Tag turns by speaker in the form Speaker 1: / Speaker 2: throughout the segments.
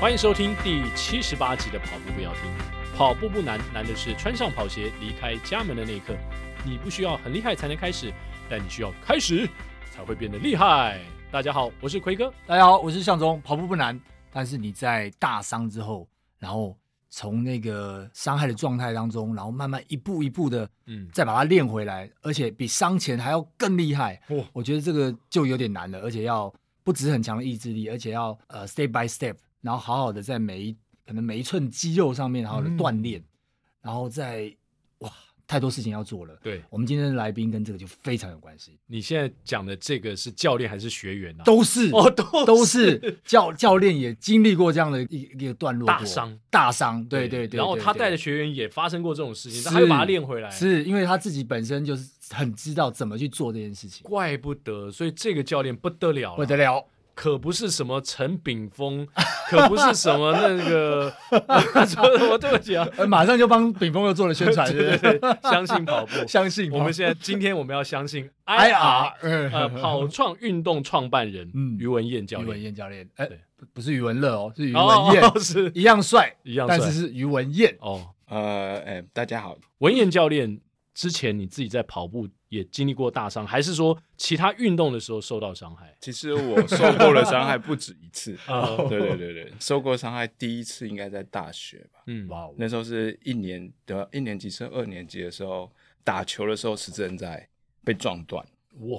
Speaker 1: 欢迎收听第七十八集的《跑步不要停》。跑步不难，难的是穿上跑鞋离开家门的那一刻。你不需要很厉害才能开始，但你需要开始才会变得厉害。大家好，我是奎哥。
Speaker 2: 大家好，我是向忠。跑步不难，但是你在大伤之后，然后从那个伤害的状态当中，然后慢慢一步一步的，
Speaker 1: 嗯，
Speaker 2: 再把它练回来，而且比伤前还要更厉害。
Speaker 1: 哇
Speaker 2: 我觉得这个就有点难了，而且要不止很强的意志力，而且要呃 step by step，然后好好的在每一可能每一寸肌肉上面好好的
Speaker 1: 嗯
Speaker 2: 锻炼，然后再哇太多事情要做了。
Speaker 1: 对
Speaker 2: 我们今天的来宾跟这个就非常有关系，
Speaker 1: 你现在讲的这个是教练还是学员啊？
Speaker 2: 都是
Speaker 1: 哦，都
Speaker 2: 都是教教练也经历过这样的一一个段落过，
Speaker 1: 大伤
Speaker 2: 大伤，对对对。
Speaker 1: 然后他带的
Speaker 2: 的
Speaker 1: 学员也发生过这种事情，但他又把他练回来，
Speaker 2: 是因为他自己本身就是很知道怎么去做这件事情，
Speaker 1: 怪不得。所以这个教练不得了了，
Speaker 2: 不得了，
Speaker 1: 可不是什么陈炳峰， 可不是什么那个 说什么对不起啊，
Speaker 2: 呃，马上就帮炳峰又做了宣传，对
Speaker 1: 对
Speaker 2: 不
Speaker 1: 对
Speaker 2: 对？
Speaker 1: 对，相信跑步。
Speaker 2: 相信
Speaker 1: 我们现在今天我们要相信
Speaker 2: IR，
Speaker 1: IR 呃跑创运动创办人
Speaker 2: 嗯
Speaker 1: 于文燕教
Speaker 2: 余文
Speaker 1: 练，
Speaker 2: 燕教练，哎
Speaker 1: 对，
Speaker 2: 不不是余文乐哦，是余文燕，
Speaker 1: 哦是
Speaker 2: 一样帅，
Speaker 1: 一样帅
Speaker 2: 但是是余文燕，
Speaker 1: 哦，
Speaker 3: 呃，哎、大家好，
Speaker 1: 文燕教练之前你自己在跑步也经历过大伤，还是说其他运动的时候受到伤害？。
Speaker 3: 其实我受过的伤害不止一次
Speaker 1: 啊，
Speaker 3: 对对对对，受过伤害第一次应该在大学吧，
Speaker 1: 嗯，
Speaker 2: 哇哦，
Speaker 3: 那时候是一年的一年级升二年级的时候，打球的时候是正在被撞断，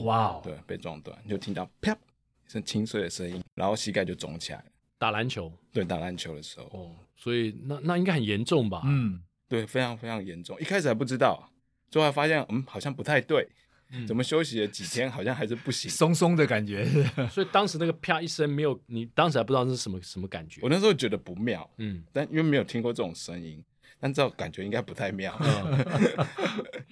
Speaker 2: 哇哦，
Speaker 3: 对，被撞断，就听到啪一声清脆的声音，然后膝盖就肿起来了。
Speaker 1: 打篮球
Speaker 3: 对，打篮球的时候，
Speaker 1: 哦，所以那那应该很严重吧？
Speaker 2: 嗯，
Speaker 3: 对，非常非常严重，一开始还不知道，最后还发现，嗯，好像不太对，
Speaker 1: 嗯
Speaker 3: 怎么休息了几天，好像还是不行。
Speaker 2: 松松的感觉，
Speaker 1: 所以当时那个啪一声没有，你当时还不知道是什么什么感觉
Speaker 3: 我。那时候觉得不妙，
Speaker 1: 嗯，
Speaker 3: 但因为没有听过这种声音，但这种感觉应该不太妙。
Speaker 2: 嗯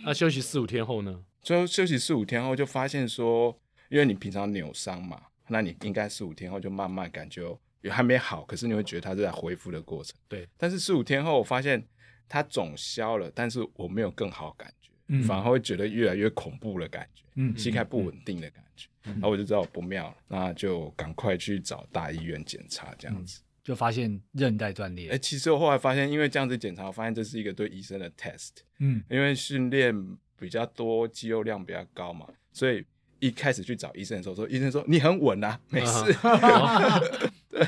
Speaker 1: 那休息四五天后呢？
Speaker 3: 最后休息四五天后，就发现说，因为你平常扭伤嘛，那你应该四五天后就慢慢感觉也还没好，可是你会觉得它是在恢复的过程。
Speaker 1: 对，
Speaker 3: 但是四五天后，我发现它总消了，但是我没有更好感觉，
Speaker 2: 嗯
Speaker 3: 反而会觉得越来越恐怖的感觉，
Speaker 2: 嗯
Speaker 3: 膝盖不稳定的感觉。然后我就知道不妙了，那就赶快去找大医院检查这样子。
Speaker 2: 就发现韧带断
Speaker 3: 哎、
Speaker 2: 裂，
Speaker 3: 其实我后来发现，因为这样子检查，我发现这是一个对医生的 test。
Speaker 2: 嗯，
Speaker 3: 因为训练比较多，肌肉量比较高嘛，所以一开始去找医生的时候，说医生说你很稳啊，没事。
Speaker 1: 啊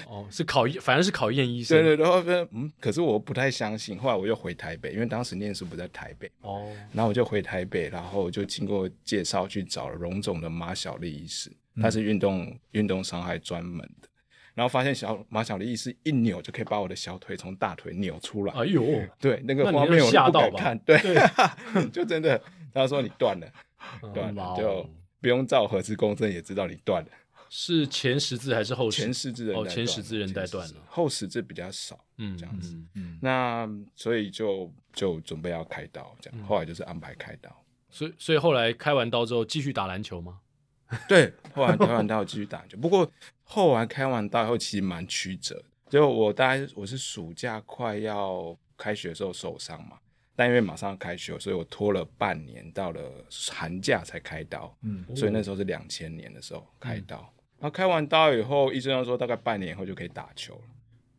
Speaker 1: 哦， 是考验，反而是考验医生。
Speaker 3: 对对对，然后说嗯，可是我不太相信。后来我又回台北，因为当时念书不在台北，
Speaker 1: 哦，
Speaker 3: 然后我就回台北，然后我就经过介绍去找了荣总的马小丽医师，他是运动、运动伤害专门的。然后发现小马小丽医师一扭就可以把我的小腿从大腿扭出来，
Speaker 1: 哎呦，
Speaker 3: 对，那个
Speaker 1: 那你
Speaker 3: 画
Speaker 1: 就
Speaker 3: 面我都
Speaker 1: 吓
Speaker 3: 不
Speaker 1: 到
Speaker 3: 敢
Speaker 1: 吧
Speaker 3: 看，对， 就真的，他说你断了，
Speaker 1: 嗯
Speaker 3: 断
Speaker 2: 哇
Speaker 3: 了，
Speaker 2: 哦
Speaker 3: 啊就不用照核磁共振也知道你断了。
Speaker 1: 是前十字还是后十？
Speaker 3: 前十字韧带
Speaker 1: 哦，
Speaker 3: 断了
Speaker 1: 前十字韧带
Speaker 3: 前
Speaker 1: 断
Speaker 3: 十字
Speaker 1: 了。
Speaker 3: 后十字比较少，
Speaker 1: 嗯，
Speaker 3: 这样子
Speaker 1: 嗯
Speaker 2: 嗯，
Speaker 3: 那所以就就准备要开刀，这
Speaker 1: 嗯
Speaker 3: 样后来就是安排开 刀。
Speaker 1: 所以所以后来开完刀之后继续打篮球吗？
Speaker 3: 对，后来开完刀继续打球，不过后来开完刀以后其实蛮曲折的，就我大概我是暑假快要开学的时候受伤嘛。但因为马上要开学，所以我拖了半年，到了寒假才开刀。
Speaker 2: 嗯
Speaker 3: 哦所以那时候是两千年的时候开刀，然后开完刀以后，医生要说大概半年以后就可以打球了。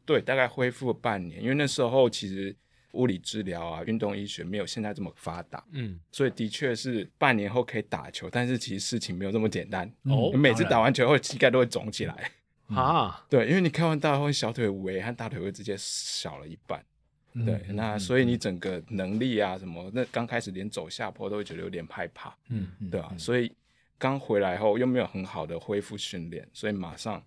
Speaker 3: 对，大概恢复了半年，因为那时候其实物理治疗啊、运动医学没有现在这么发达，
Speaker 1: 嗯，
Speaker 3: 所以的确是半年后可以打球，但是其实事情没有这么简单。
Speaker 1: 哦
Speaker 3: 嗯每次
Speaker 2: 嗯当然嗯
Speaker 3: 打完球后膝盖都会肿起来，
Speaker 1: 啊，
Speaker 3: 对，因为你开完刀后小腿围和大腿会直接小了一半。对，
Speaker 2: 嗯
Speaker 3: 那所以你整个能力啊什么，那刚开始连走下坡都会觉得有点害怕。
Speaker 1: 嗯，
Speaker 2: 嗯
Speaker 3: 对啊，所以刚回来后又没有很好的恢复训练，所以马上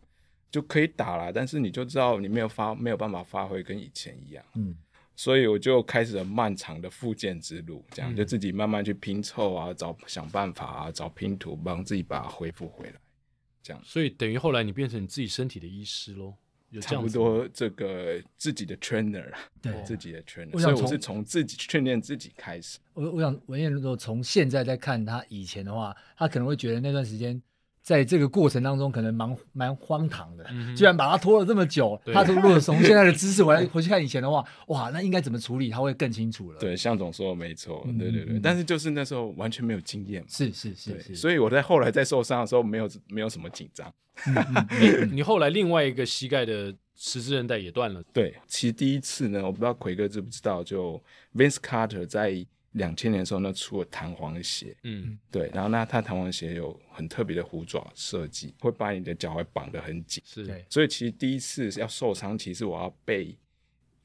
Speaker 3: 就可以打了，但是你就知道你没有发没有办法发挥跟以前一样，
Speaker 2: 嗯，
Speaker 3: 所以我就开始了漫长的复健之路，这样
Speaker 1: 嗯
Speaker 3: 就自己慢慢去拼凑啊，找想办法啊，找拼图帮自己把它恢复回来，
Speaker 1: 所以等于后来你变成你自己身体的医师喽，有这
Speaker 3: 差
Speaker 1: 样
Speaker 3: 不
Speaker 1: 子。
Speaker 3: 多这个自己的 trainer，
Speaker 2: 对
Speaker 3: 自己的 trainer，
Speaker 2: 我
Speaker 3: 所
Speaker 2: 想
Speaker 3: 以我
Speaker 2: 从
Speaker 3: 是从自己训练自己开始，
Speaker 2: 我我想文燕如果从现在在看他以前的话，他可能会觉得那段时间在这个过程当中可能蛮蛮荒唐的，
Speaker 1: 嗯哼
Speaker 2: 居然把他拖了这么久。
Speaker 1: 对
Speaker 2: 他如果从现在的知识回来回去看以前的话，哇，那应该怎么处理，他会更清楚了。，
Speaker 3: 对，向总说的没错，
Speaker 2: 嗯
Speaker 3: 对对
Speaker 2: 嗯
Speaker 3: 对，
Speaker 2: 嗯
Speaker 3: 但是就是那时候完全没有经验嘛。
Speaker 2: 是是
Speaker 3: 对
Speaker 2: 是，是，
Speaker 3: 所以我在后来在受伤的时候没有没有什么紧张，
Speaker 2: 嗯嗯嗯
Speaker 1: 你后来另外一个膝盖的十字韧带也断了。
Speaker 3: 对，其实第一次呢，我不知道奎哥知不知道，就 Vince Carter 在两千年的时候呢出了弹簧鞋，
Speaker 1: 嗯，
Speaker 3: 对，然后那他弹簧鞋有很特别的虎爪设计，会把你的脚踝绑得很紧，
Speaker 1: 是，
Speaker 2: 对
Speaker 3: 所以其实第一次要受伤，其实我要被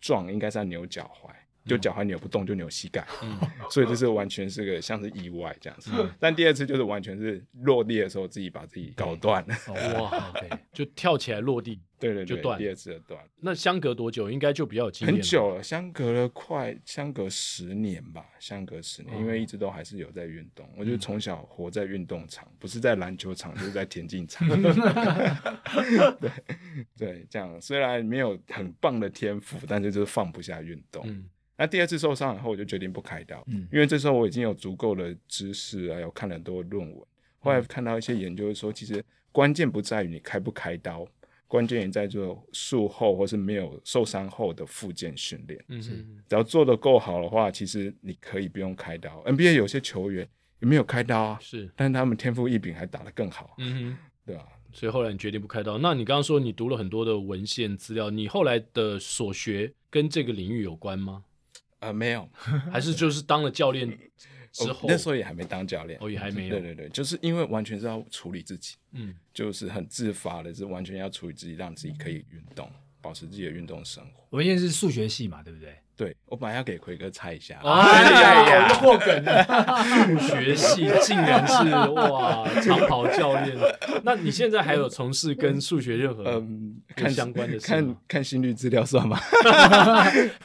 Speaker 3: 撞，应该是要扭脚踝。就脚踝扭不动，就扭膝盖，
Speaker 1: 嗯
Speaker 3: 所以就是完全是个像是意外这样子。但第二次就是完全是落地的时候自己把自己搞断了，
Speaker 2: 嗯哇，对，
Speaker 1: 就跳起来落地。
Speaker 3: 对对
Speaker 1: 就
Speaker 3: 对，
Speaker 1: 断
Speaker 3: 第二次的断。
Speaker 1: 那相隔多久？应该就比较有经验。
Speaker 3: 很，久了，相隔了快相隔十年吧，相隔十年，
Speaker 1: 哦嗯
Speaker 3: 因为一直都还是有在运动。我就从小活在运动场，不是在篮球场，就是在田径 场。 对对，这样虽然没有很棒的天赋，但是就是放不下运动。
Speaker 1: 嗯
Speaker 3: 那第二次受伤以后，我就决定不开刀，
Speaker 2: 嗯
Speaker 3: 因为这时候我已经有足够的知识啊，有看了很多论文。后
Speaker 1: 嗯
Speaker 3: 来看到一些研究说，其实关键不在于你开不开刀，关键也在做术后或是没有受伤后的复健训练。
Speaker 1: 嗯
Speaker 2: 是
Speaker 1: 嗯
Speaker 3: 只要做得够好的话，其实你可以不用开刀。NBA 有些球员也没有开刀啊，
Speaker 1: 是，
Speaker 3: 但是他们天赋异禀，还打得更好，
Speaker 1: 嗯
Speaker 3: 对吧、
Speaker 1: 哼。所以后来你决定不开刀。那你刚刚说你读了很多的文献资料，你后来的所学跟这个领域有关吗？
Speaker 3: 呃，没有，
Speaker 1: 还是就是当了教练之
Speaker 3: 我
Speaker 1: 后？
Speaker 3: 那时候也还没当教练，
Speaker 1: 哦也还没有
Speaker 3: 对对对，就是因为完全是要处理自己。
Speaker 1: 嗯，
Speaker 3: 就是很自发的，是完全要处理自己，让自己可以运动，保持自己的运动生活。
Speaker 2: 文燕是数学系嘛，对不对？
Speaker 3: 对我本来要给奎哥猜一下，
Speaker 1: 哦
Speaker 2: 哎呀，我破梗了。
Speaker 1: 数学系竟然是哇长跑教练。那你现在还有从事跟数学任何
Speaker 3: 嗯，
Speaker 1: 有
Speaker 3: 看
Speaker 1: 相关的事
Speaker 3: 看
Speaker 1: 吗
Speaker 3: 看心率资料算吗？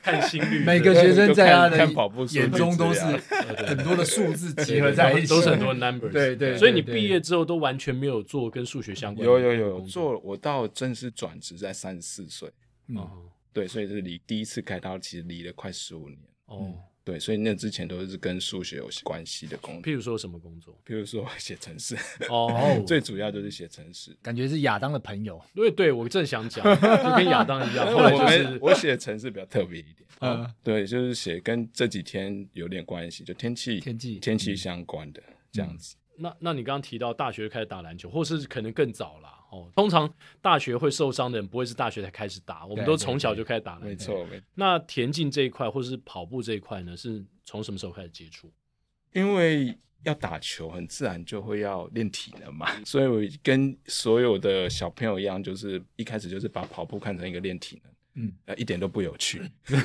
Speaker 1: 看心率？
Speaker 2: 每个学生在他
Speaker 3: 就
Speaker 2: 的
Speaker 3: 看看跑步数据
Speaker 2: 眼中
Speaker 1: 啊
Speaker 2: 都是
Speaker 3: 这样
Speaker 2: 很多的数字
Speaker 1: 对对
Speaker 2: 集合在一起，
Speaker 1: 都是很多 numbers。
Speaker 2: 对对
Speaker 1: 所以你
Speaker 2: 对对
Speaker 1: 毕业之后都完全没有做跟数学相关的嗯
Speaker 3: 有有有
Speaker 1: 工作。
Speaker 3: 做，我到正式转职在三十四岁，
Speaker 2: 嗯
Speaker 3: 对，所以是离第一次开刀其实离了快十五年，
Speaker 1: 哦，
Speaker 3: 对，所以那之前都是跟数学有关系的工作，
Speaker 1: 譬如说什么工作？
Speaker 3: 譬如说 写 程式，
Speaker 1: 哦，
Speaker 3: 最主要就是写程 式。
Speaker 2: 感觉是亚当的朋友。
Speaker 1: 对对，我正想讲，就跟亚当一 样，
Speaker 3: 但
Speaker 1: 后来
Speaker 3: 我
Speaker 1: 就
Speaker 3: 们
Speaker 1: 是
Speaker 3: 我写程式比较特别一点，
Speaker 2: 嗯，
Speaker 3: 对，就是写跟这几天有点关系，就天气、
Speaker 2: 天气
Speaker 3: 天气相关的这样子。
Speaker 1: 那那你刚刚提到大学开始打篮球，或是可能更早啦。哦，通常大学会受伤的人不会是大学才开始打，我们
Speaker 2: 对
Speaker 1: 都
Speaker 2: 嗯对
Speaker 1: 从小就开始打篮球。
Speaker 3: 没错，没错。
Speaker 1: 那田径这一块或是跑步这一块呢，是从什么时候开始接触？
Speaker 3: 因为要打球，很自然就会要练体能嘛，
Speaker 2: 嗯
Speaker 3: 所以我跟所有的小朋友一样，就是一开始就是把跑步看成一个练体能，
Speaker 2: 嗯，
Speaker 3: 呃，一点都不有 趣，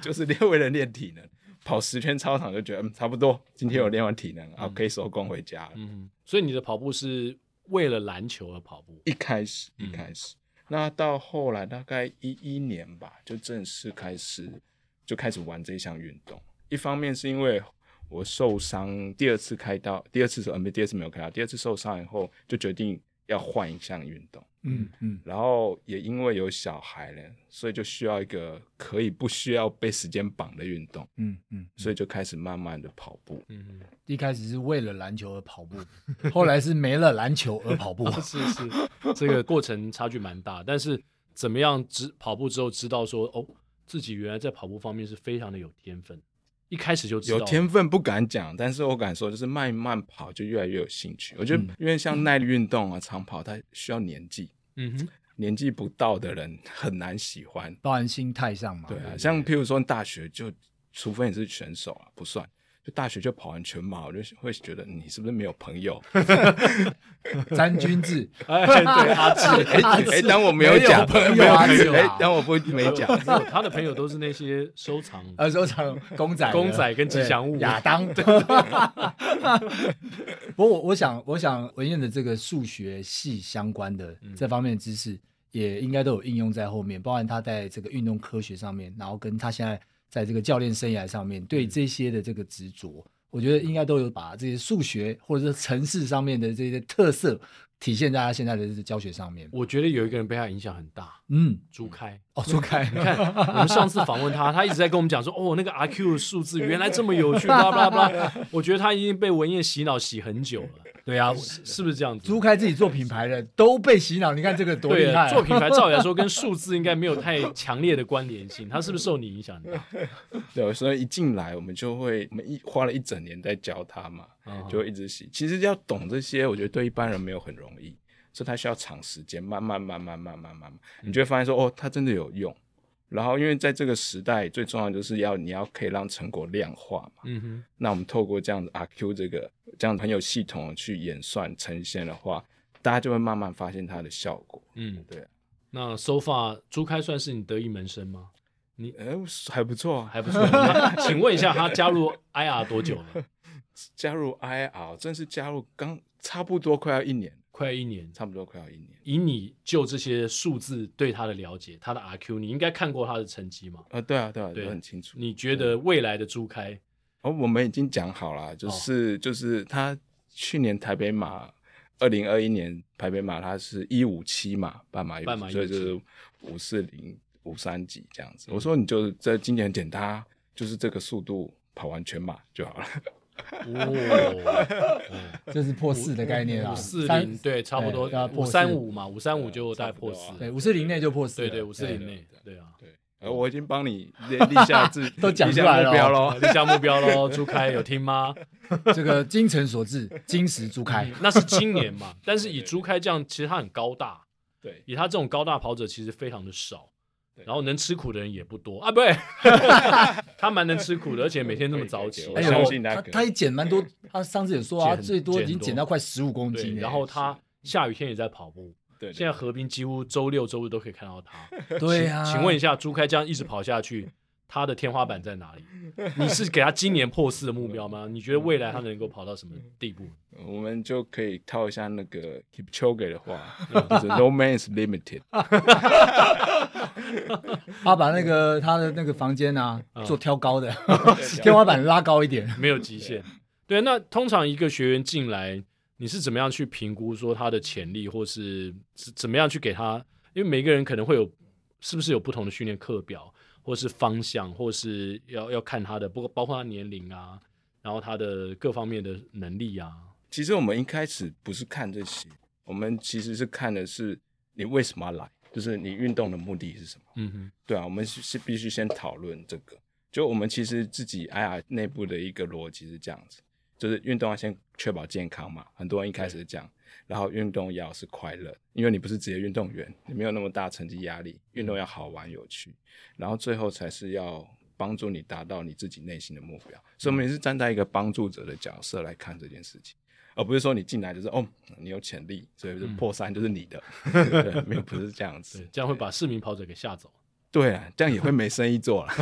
Speaker 3: 就是练为了练体能。跑十圈操场就觉得嗯差不多，今天我练完体
Speaker 2: 嗯
Speaker 3: 能啊，可以收工回家了。
Speaker 1: 嗯，所以你的跑步是为了篮球而跑步。
Speaker 3: 一开始，
Speaker 1: 嗯
Speaker 3: 一开始，那到后来大概一一年吧，就正式开始就开始玩这一项运动。一方面是因为我受伤，第二次开刀，第二次是呃，没第二次没有开刀，第二次受伤以后就决定要换一项运动。
Speaker 2: 嗯嗯，
Speaker 3: 然后也因为有小孩了，所以就需要一个可以不需要被时间绑的运动，
Speaker 2: 嗯嗯，
Speaker 3: 所以就开始慢慢的跑步。
Speaker 1: 嗯，
Speaker 2: 一开始是为了篮球而跑步，后来是没了篮球而跑步。
Speaker 3: 哦
Speaker 1: 是是，这个过程差距蛮大。但是怎么样知跑步之后知道说哦，自己原来在跑步方面是非常的有天分，一开始就知道
Speaker 3: 有天分不敢讲，但是我敢说，就是慢慢跑就越来越有兴趣。我觉得
Speaker 2: 嗯，
Speaker 3: 因为像耐力运动啊、长跑，它需要年纪，
Speaker 1: 嗯哼，
Speaker 3: 年纪不到的人很难喜欢。
Speaker 2: 包含心态上嘛，
Speaker 3: 对啊，像譬如说大学就，除非你是选手啊，不算。就大学就跑完全马，我就会觉得你是不是没有朋友？
Speaker 2: 詹君 志，
Speaker 1: 哎，对阿志，
Speaker 3: 哎哎，当我没有讲，
Speaker 2: 啊没有朋友
Speaker 3: 没有
Speaker 2: 啊
Speaker 3: 朋友，
Speaker 2: 只有
Speaker 3: 哎
Speaker 2: 啊，
Speaker 3: 当我不没 讲，
Speaker 1: 没有他的朋友都是那些收藏。
Speaker 2: 呃，收藏公仔的、
Speaker 1: 公仔跟吉祥物
Speaker 2: 对 亚当。不过我我想，我想文燕的这个数学系相关的
Speaker 1: 嗯
Speaker 2: 这方面的知识，也应该都有应用在后面，包含他在这个运动科学上面，然后跟他现在在这个教练生涯上面对
Speaker 1: 嗯
Speaker 2: 这些的这个执着，我觉得应该都有把这些数学或者是城市上面的这些特色体现在他现在的这个教学上面。
Speaker 1: 我觉得有一个人被他影响很大，
Speaker 2: 嗯，
Speaker 1: 朱开。
Speaker 2: 哦，朱开，
Speaker 1: 你看，我们上次访问他，他一直在跟我们讲说，哦，那个 RQ 的数字原来这么有趣，巴拉巴拉。我觉得他已经被文彦洗脑洗很久了，
Speaker 2: 对啊，
Speaker 1: 是是不是这样子？
Speaker 2: 朱开自己做品牌的都被洗脑，你看这个多厉
Speaker 1: 对
Speaker 2: 害、啊！
Speaker 1: 做品牌，照理来说跟数字应该没有太强烈的关联性，他是不是受你影响很大？
Speaker 3: 对，所以一进来我们就会，我们一花了一整年在教他嘛，
Speaker 1: 嗯
Speaker 3: 就会一直洗。其实要懂这些，我觉得对一般人没有很容易，所以它需要长时间，慢慢慢慢慢慢慢慢，你
Speaker 1: 嗯
Speaker 3: 就会发现说，哦，它真的有用。然后，因为在这个时代，最重要就是要你要可以让成果量化嘛。
Speaker 1: 嗯哼，
Speaker 3: 那我们透过这样子 RQ 这个这样很有系统的去演算呈现的话，大家就会慢慢发现它的效果。
Speaker 1: 嗯，
Speaker 3: 对啊。
Speaker 1: 那 so far 朱开算是你得意门生吗？
Speaker 3: 哎、还不错啊，
Speaker 1: 还不错。嗯那请问一下，他加入 IR 多久了？
Speaker 3: 加入 IR，真是加入刚差不多快要一年，
Speaker 1: 快一年。
Speaker 3: 差不多快要一年。
Speaker 1: 以你就这些数字对他的了解，他的 RQ，你应该看过他的成绩嘛？
Speaker 3: 啊，对啊，对啊，
Speaker 1: 对
Speaker 3: 都很清楚。
Speaker 1: 你觉得未来的朱开，
Speaker 3: 哦，我们已经讲好了，就是、就是他去年台北马，二零二一年台北马他是一五七嘛，半马157
Speaker 1: 半马157
Speaker 3: 所以就是五四零五三几这样子。我说你就是这今年简单啊，就是这个速度跑完全马就好了。
Speaker 1: 哦，
Speaker 2: 这是破四的概念啊，
Speaker 1: 五四
Speaker 2: 三
Speaker 1: 零对，差不多
Speaker 2: 对要
Speaker 1: 五
Speaker 2: 破四
Speaker 1: 三五嘛，五三五就大概
Speaker 3: 差不多
Speaker 1: 破
Speaker 3: 啊
Speaker 1: 四，
Speaker 2: 对五四零内就破四
Speaker 1: 对
Speaker 2: 了，
Speaker 1: 对，五四零
Speaker 3: 对
Speaker 1: 内，对啊，
Speaker 3: 对，而呃我已经帮你立立下志，
Speaker 2: 都讲
Speaker 3: 立
Speaker 2: 出来
Speaker 3: 下
Speaker 2: 了
Speaker 3: 目
Speaker 2: 哦
Speaker 3: 标喽
Speaker 1: 好。立下目标 喽。朱开有听吗？
Speaker 2: 这个精诚所至，金石珠开。
Speaker 1: 那是今年嘛，但是以朱开这样，其实他很高大，
Speaker 3: 对，
Speaker 1: 以他这种高大跑者其实非常的少，
Speaker 3: 对
Speaker 1: 然后能吃苦的人也不多啊，不 对，他蛮能吃苦的，而且每天那么早起，
Speaker 3: 可以可
Speaker 2: 哎
Speaker 3: 以
Speaker 1: 然后
Speaker 2: 呦，
Speaker 3: 我相信他
Speaker 2: 他
Speaker 3: 可以
Speaker 2: 他也减 蛮多，他上次有说啊，
Speaker 1: 减
Speaker 2: 最多
Speaker 1: 减
Speaker 2: 已经
Speaker 1: 多
Speaker 2: 减到快十五公
Speaker 1: 对，
Speaker 2: 斤了。
Speaker 1: 然后他下雨天也在跑步，
Speaker 3: 对，对
Speaker 1: 现在河滨几乎周六周日都可以看到 他。
Speaker 2: 对啊，
Speaker 1: 请问一下，朱开这样一直跑下去，他的天花板在哪里？你是给他今年破四的目标吗？你觉得未来他能够跑到什么
Speaker 2: 嗯
Speaker 1: 地步？
Speaker 3: 我们就可以套一下那个 Kipchoge 的话，就是 No man is limited。
Speaker 2: 他把那个他的那个房间啊
Speaker 1: 嗯
Speaker 2: 做挑高的， 天花板拉高一点。
Speaker 1: 没有极限。对，那通常一个学员进来，你是怎么样去评估说他的潜力，或是怎怎么样去给他？因为每个人可能会有，是不是有不同的训练课表，或是方向，或是要要看他的，不包括他年龄啊，然后他的各方面的能力啊。
Speaker 3: 其实我们一开始不是看这些，我们其实是看的是你为什么要来，就是你运动的目的是什么。
Speaker 1: 嗯哼，
Speaker 3: 对啊，我们是是必须先讨论这个。就我们其实自己 IR 内部的一个逻辑是这样子，就是运动要先确保健康嘛，很多人一开始是这样，然后运动要是快乐，因为你不是职业运动员，你没有那么大成绩压力，运动要好玩有趣，然后最后才是要帮助你达到你自己内心的目标。所以我们也是站在一个帮助者的角色来看这件事情。而不是说你进来就是哦，你有潜力，所以就破三就是你的，对没有不是这样子
Speaker 1: 对，，这样会把市民跑者给吓走。
Speaker 3: 对啊，这样也会没生意做了。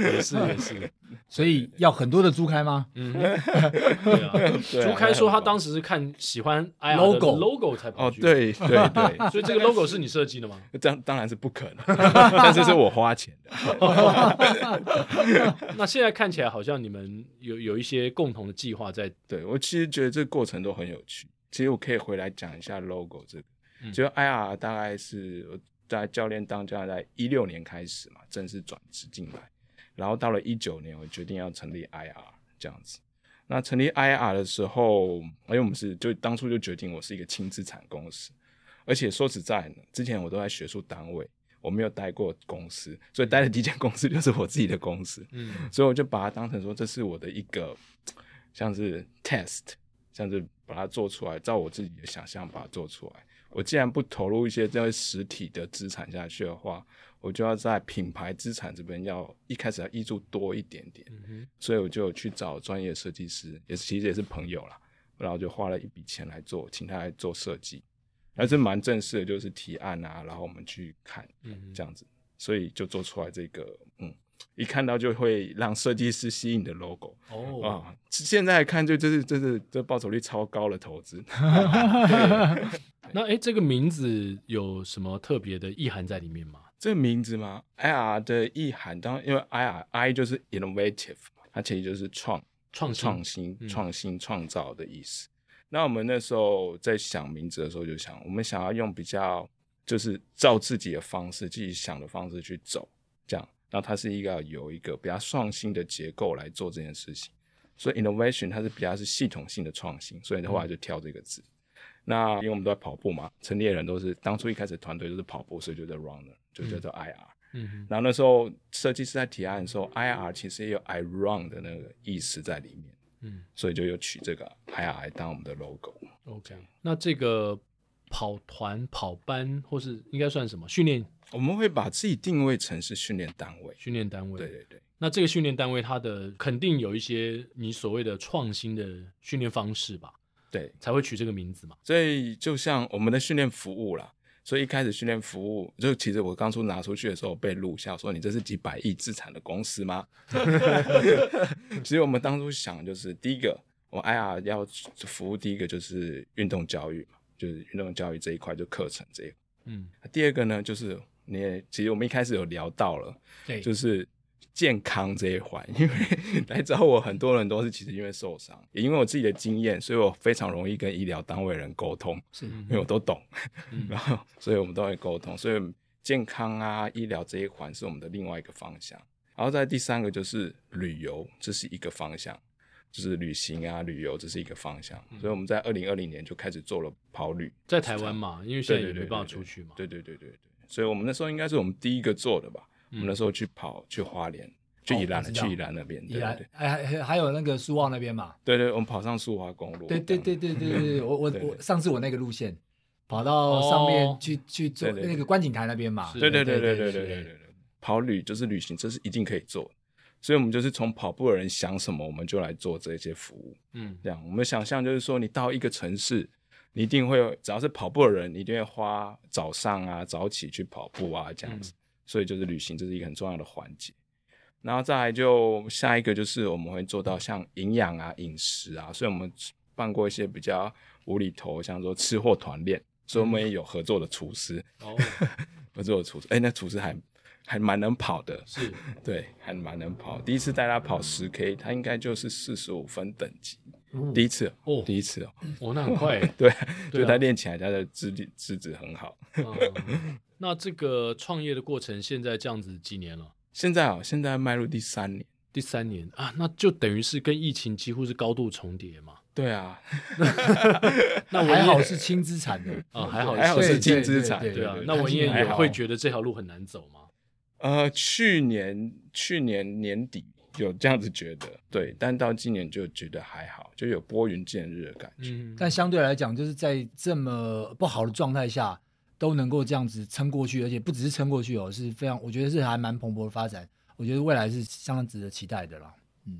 Speaker 1: 也是也是，
Speaker 2: 所以要很多的猪开 吗？
Speaker 1: 嗯，对啊。
Speaker 3: 对啊
Speaker 1: 朱开说他当时是看喜欢 IR 的
Speaker 2: Logo
Speaker 1: logo 才跑
Speaker 3: 哦，
Speaker 1: 去，，
Speaker 3: 对对 对，
Speaker 1: 所以这个 logo 是你设计的吗？
Speaker 3: 这样当然是不可能，但是是我花钱的。
Speaker 1: 那现在看起来好像你们有有一些共同的计划在，
Speaker 3: 对我其实觉得这个过程都很有趣。其实我可以回来讲一下 logo 这个，
Speaker 1: 嗯
Speaker 3: 就 IR 大概是我在教练当教练在一六年开始嘛，正式转职进来，然后到了一九年，我决定要成立 IR 这样子。那成立 IR 的时候，因为我们是就当初就决定我是一个轻资产公司，而且说实在呢，之前我都在学术单位，我没有待过公司，所以待的第一间公司就是我自己的公司。
Speaker 1: 嗯
Speaker 3: 所以我就把它当成说这是我的一个像是 test，像是把它做出来，照我自己的想象把它做出来。我既然不投入一些这些实体的资产下去的话，我就要在品牌资产这边要一开始要挹注多一点点，
Speaker 1: 嗯哼，
Speaker 3: 所以我就去找专业设计师，也是其实也是朋友啦，然后就花了一笔钱来做，请他来做设计，还是蛮正式的，就是提案啊，然后我们去看，
Speaker 1: 嗯哼
Speaker 3: 这样子，所以就做出来这个，嗯，一看到就会让设计师吸引的 logo
Speaker 1: 哦，
Speaker 3: 啊。现在看就就是这是这报酬率超高的投资，
Speaker 1: 那诶，这个名字有什么特别的意涵在里面吗？
Speaker 3: 这个名字嘛，IR 的意涵，当然因为 IR I 就是 innovative，嘛它其实就是创
Speaker 1: 创新
Speaker 3: 创新
Speaker 1: 嗯、
Speaker 3: 创新、创造的意思。那我们那时候在想名字的时候，就想我们想要用比较就是照自己的方式、自己想的方式去走，这样。那它是一个有一个比较创新的结构来做这件事情，所以 innovation 它是比较是系统性的创新，所以后来
Speaker 1: 嗯
Speaker 3: 就挑这个字。那因为我们都在跑步嘛，成立的人都是当初一开始团队就是跑步，所以就叫 runner，就叫做 IR。
Speaker 1: 嗯
Speaker 3: 然后那时候设计师在提案的时候，IR 其实也有 I run 的那个意思在里面，
Speaker 1: 嗯
Speaker 3: 所以就有取这个海雅来当我们的 logo。
Speaker 1: ，OK。那这个跑团、跑班，或是应该算什么训练
Speaker 3: 我们会把自己定位成是训练单位。
Speaker 1: 训练单位？
Speaker 3: 对对对，
Speaker 1: 那这个训练单位，它的肯定有一些你所谓的创新的训练方式吧，
Speaker 3: 对，
Speaker 1: 才会取这个名字嘛。
Speaker 3: 所以就像我们的训练服务啦，所以一开始训练服务，就其实我当初拿出去的时候被录下，说你这是几百亿资产的公司吗？ 其实我们当初想的就是第一个，我 IR 要服务第一个就是运动教育嘛，就是运动教育这一块就课程这一块。
Speaker 1: 嗯，
Speaker 3: 第二个呢，就是你也其实我们一开始有聊到了，
Speaker 2: 对
Speaker 3: 就是健康这一环， 因为来找我很多人都是其实因为受伤，也因为我自己的经验，所以我非常容易跟医疗单位人沟通，
Speaker 2: 是
Speaker 3: 因为我都懂，
Speaker 1: 嗯
Speaker 3: 然后所以我们都会沟通，所以健康啊、医疗这一环是我们的另外一个方向，然后再第三个就是旅游，这是一个方向。就是旅行啊，旅游这是一个方向，所以我们在二零二零年就开始做了跑旅，
Speaker 1: 在台湾嘛，因为现在也
Speaker 3: 对对
Speaker 1: 没
Speaker 3: 对
Speaker 1: 办法
Speaker 3: 对
Speaker 1: 出去嘛。
Speaker 3: 对对对对对，所以我们那时候应该是我们第一个做的吧。我们那时候去跑去花莲，去宜兰
Speaker 2: 哦我
Speaker 3: 了，
Speaker 2: 知道
Speaker 3: 去宜兰那边，
Speaker 2: 宜
Speaker 3: 对对
Speaker 2: 兰
Speaker 3: 对，
Speaker 2: 还还还有那个苏澳那边嘛，
Speaker 3: 对对，我们跑上苏花公路。
Speaker 2: 对对对对对对对，我我
Speaker 3: 对
Speaker 2: 我上次我那个路线跑到上
Speaker 1: 哦
Speaker 2: 面去去做
Speaker 3: 对对对
Speaker 2: 那个观景台那边嘛，
Speaker 1: 是
Speaker 3: 对对对对对对
Speaker 2: 是
Speaker 3: 对对对对，跑旅就是旅行，这是一定可以做的。所以我们就是从跑步的人想什么，我们就来做这些服务。
Speaker 1: 嗯
Speaker 3: 这样，我们想象就是说，你到一个城市，你一定会有，只要是跑步的人，你一定会花早上啊、早起去跑步啊，这样子。所以就是旅行，这是一个很重要的环节。然后再来就下一个就是我们会做到像营养啊、饮食啊，所以我们办过一些比较无厘头，像说吃货团练，所以我们也有合作的厨师，
Speaker 1: 哦，
Speaker 3: 合作的厨师，哎、那厨师还还蛮能跑的，
Speaker 1: 是
Speaker 3: 对，还蛮能跑。第一次带他跑十 K，他应该就是四十五分等级，
Speaker 1: 哦
Speaker 3: 第一次
Speaker 1: 哦
Speaker 3: 第一次 哦，
Speaker 1: 哦，那很快欸。
Speaker 3: 对，
Speaker 1: 对啊
Speaker 3: 就他练起来，他的资质资质很好。
Speaker 1: 嗯那这个创业的过程，现在这样子几年了？
Speaker 3: 现在哦，现在迈入第三年，
Speaker 1: 第三年啊，那就等于是跟疫情几乎是高度重叠嘛。
Speaker 3: 对啊，
Speaker 1: 那
Speaker 2: 还
Speaker 1: 文
Speaker 2: 好
Speaker 1: 彦
Speaker 2: 是轻资产的，
Speaker 1: 啊，还好
Speaker 3: 还好
Speaker 1: 是
Speaker 3: 是
Speaker 2: 对
Speaker 3: 金资产，
Speaker 2: 对
Speaker 1: 对啊
Speaker 3: 对。
Speaker 1: 那文
Speaker 2: 也
Speaker 1: 彦
Speaker 3: 还
Speaker 1: 也
Speaker 3: 好
Speaker 1: 会觉得这条路很难走吗？
Speaker 3: 呃，去年去年年底有这样子觉得，对，但到今年就觉得还好，就有拨云见日的感觉。
Speaker 1: 嗯，
Speaker 2: 但相对来讲，就是在这么不好的状态下，都能够这样子撑过去，而且不只是撑过去哦，是非常，我觉得是还蛮蓬勃的发展，我觉得未来是相当值得期待的啦。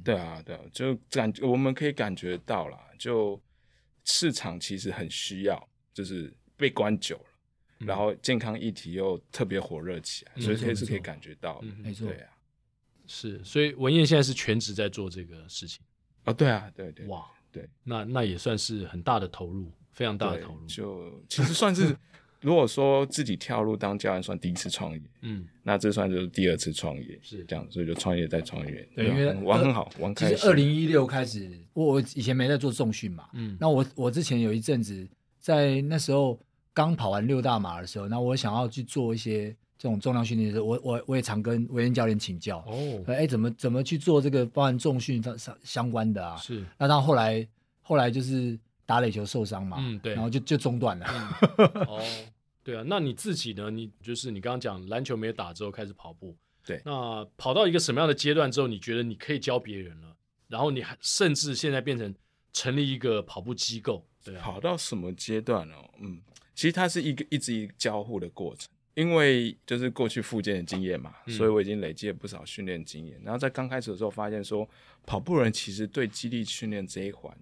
Speaker 3: 对啊，对啊，就感我们可以感觉到啦，就市场其实很需要，就是被关久了，
Speaker 1: 嗯
Speaker 3: 然后健康议题又特别火热起来，
Speaker 1: 嗯
Speaker 3: 所以
Speaker 1: 没错
Speaker 3: 可以是可以
Speaker 2: 没错
Speaker 3: 感觉到的。
Speaker 1: 嗯
Speaker 2: 没错
Speaker 3: 对啊，
Speaker 1: 是，所以文彦现在是全职在做这个事情。
Speaker 3: 哦，对啊，对对，
Speaker 1: 哇，
Speaker 3: 对，
Speaker 1: 那那也算是很大的投入，非常大的
Speaker 3: 对
Speaker 1: 投入。
Speaker 3: 就其实 算是，如果说自己跳入当教练，算第一次创业，
Speaker 1: 嗯，
Speaker 3: 那这算就是第二次创业，
Speaker 1: 是
Speaker 3: 这样，所以就创业再创业，
Speaker 2: 对
Speaker 3: 啊
Speaker 2: 因为
Speaker 3: 嗯玩
Speaker 2: 呃
Speaker 3: 很好，玩
Speaker 2: 其
Speaker 3: 开
Speaker 2: 实
Speaker 3: 心。
Speaker 2: 二零一六开始，我我以前没在做重训嘛，
Speaker 1: 嗯
Speaker 2: 那我我之前有一阵子在那时候刚跑完六大马的时候，那我想要去做一些这种重量训练的时候，我我我也常跟维恩教练请教，
Speaker 1: 哦，
Speaker 2: 哎、怎么怎么去做这个包含重训方相相关的啊？
Speaker 1: 是，
Speaker 2: 那到后来后来就是打垒球受伤
Speaker 3: 啊
Speaker 2: 嘛，
Speaker 1: 嗯，对
Speaker 2: 然，后就就中断了。
Speaker 1: 哦，对啊。那你自己呢？你就是你刚刚讲篮球没有打之后开始跑步，
Speaker 3: 对
Speaker 1: 那跑到一个什么样的阶段之后，你觉得你可以教别人了？然后你还甚至现在变成成立一个跑步机构，对啊，
Speaker 3: 跑到什么阶段哦？嗯，其实它是一个一直一个交互的过程，因为就是过去复健的经验嘛，
Speaker 1: 嗯
Speaker 3: 所以我已经累积了不少训练经验。然后在刚开始的时候，发现说跑步人其实对肌力训练这一环，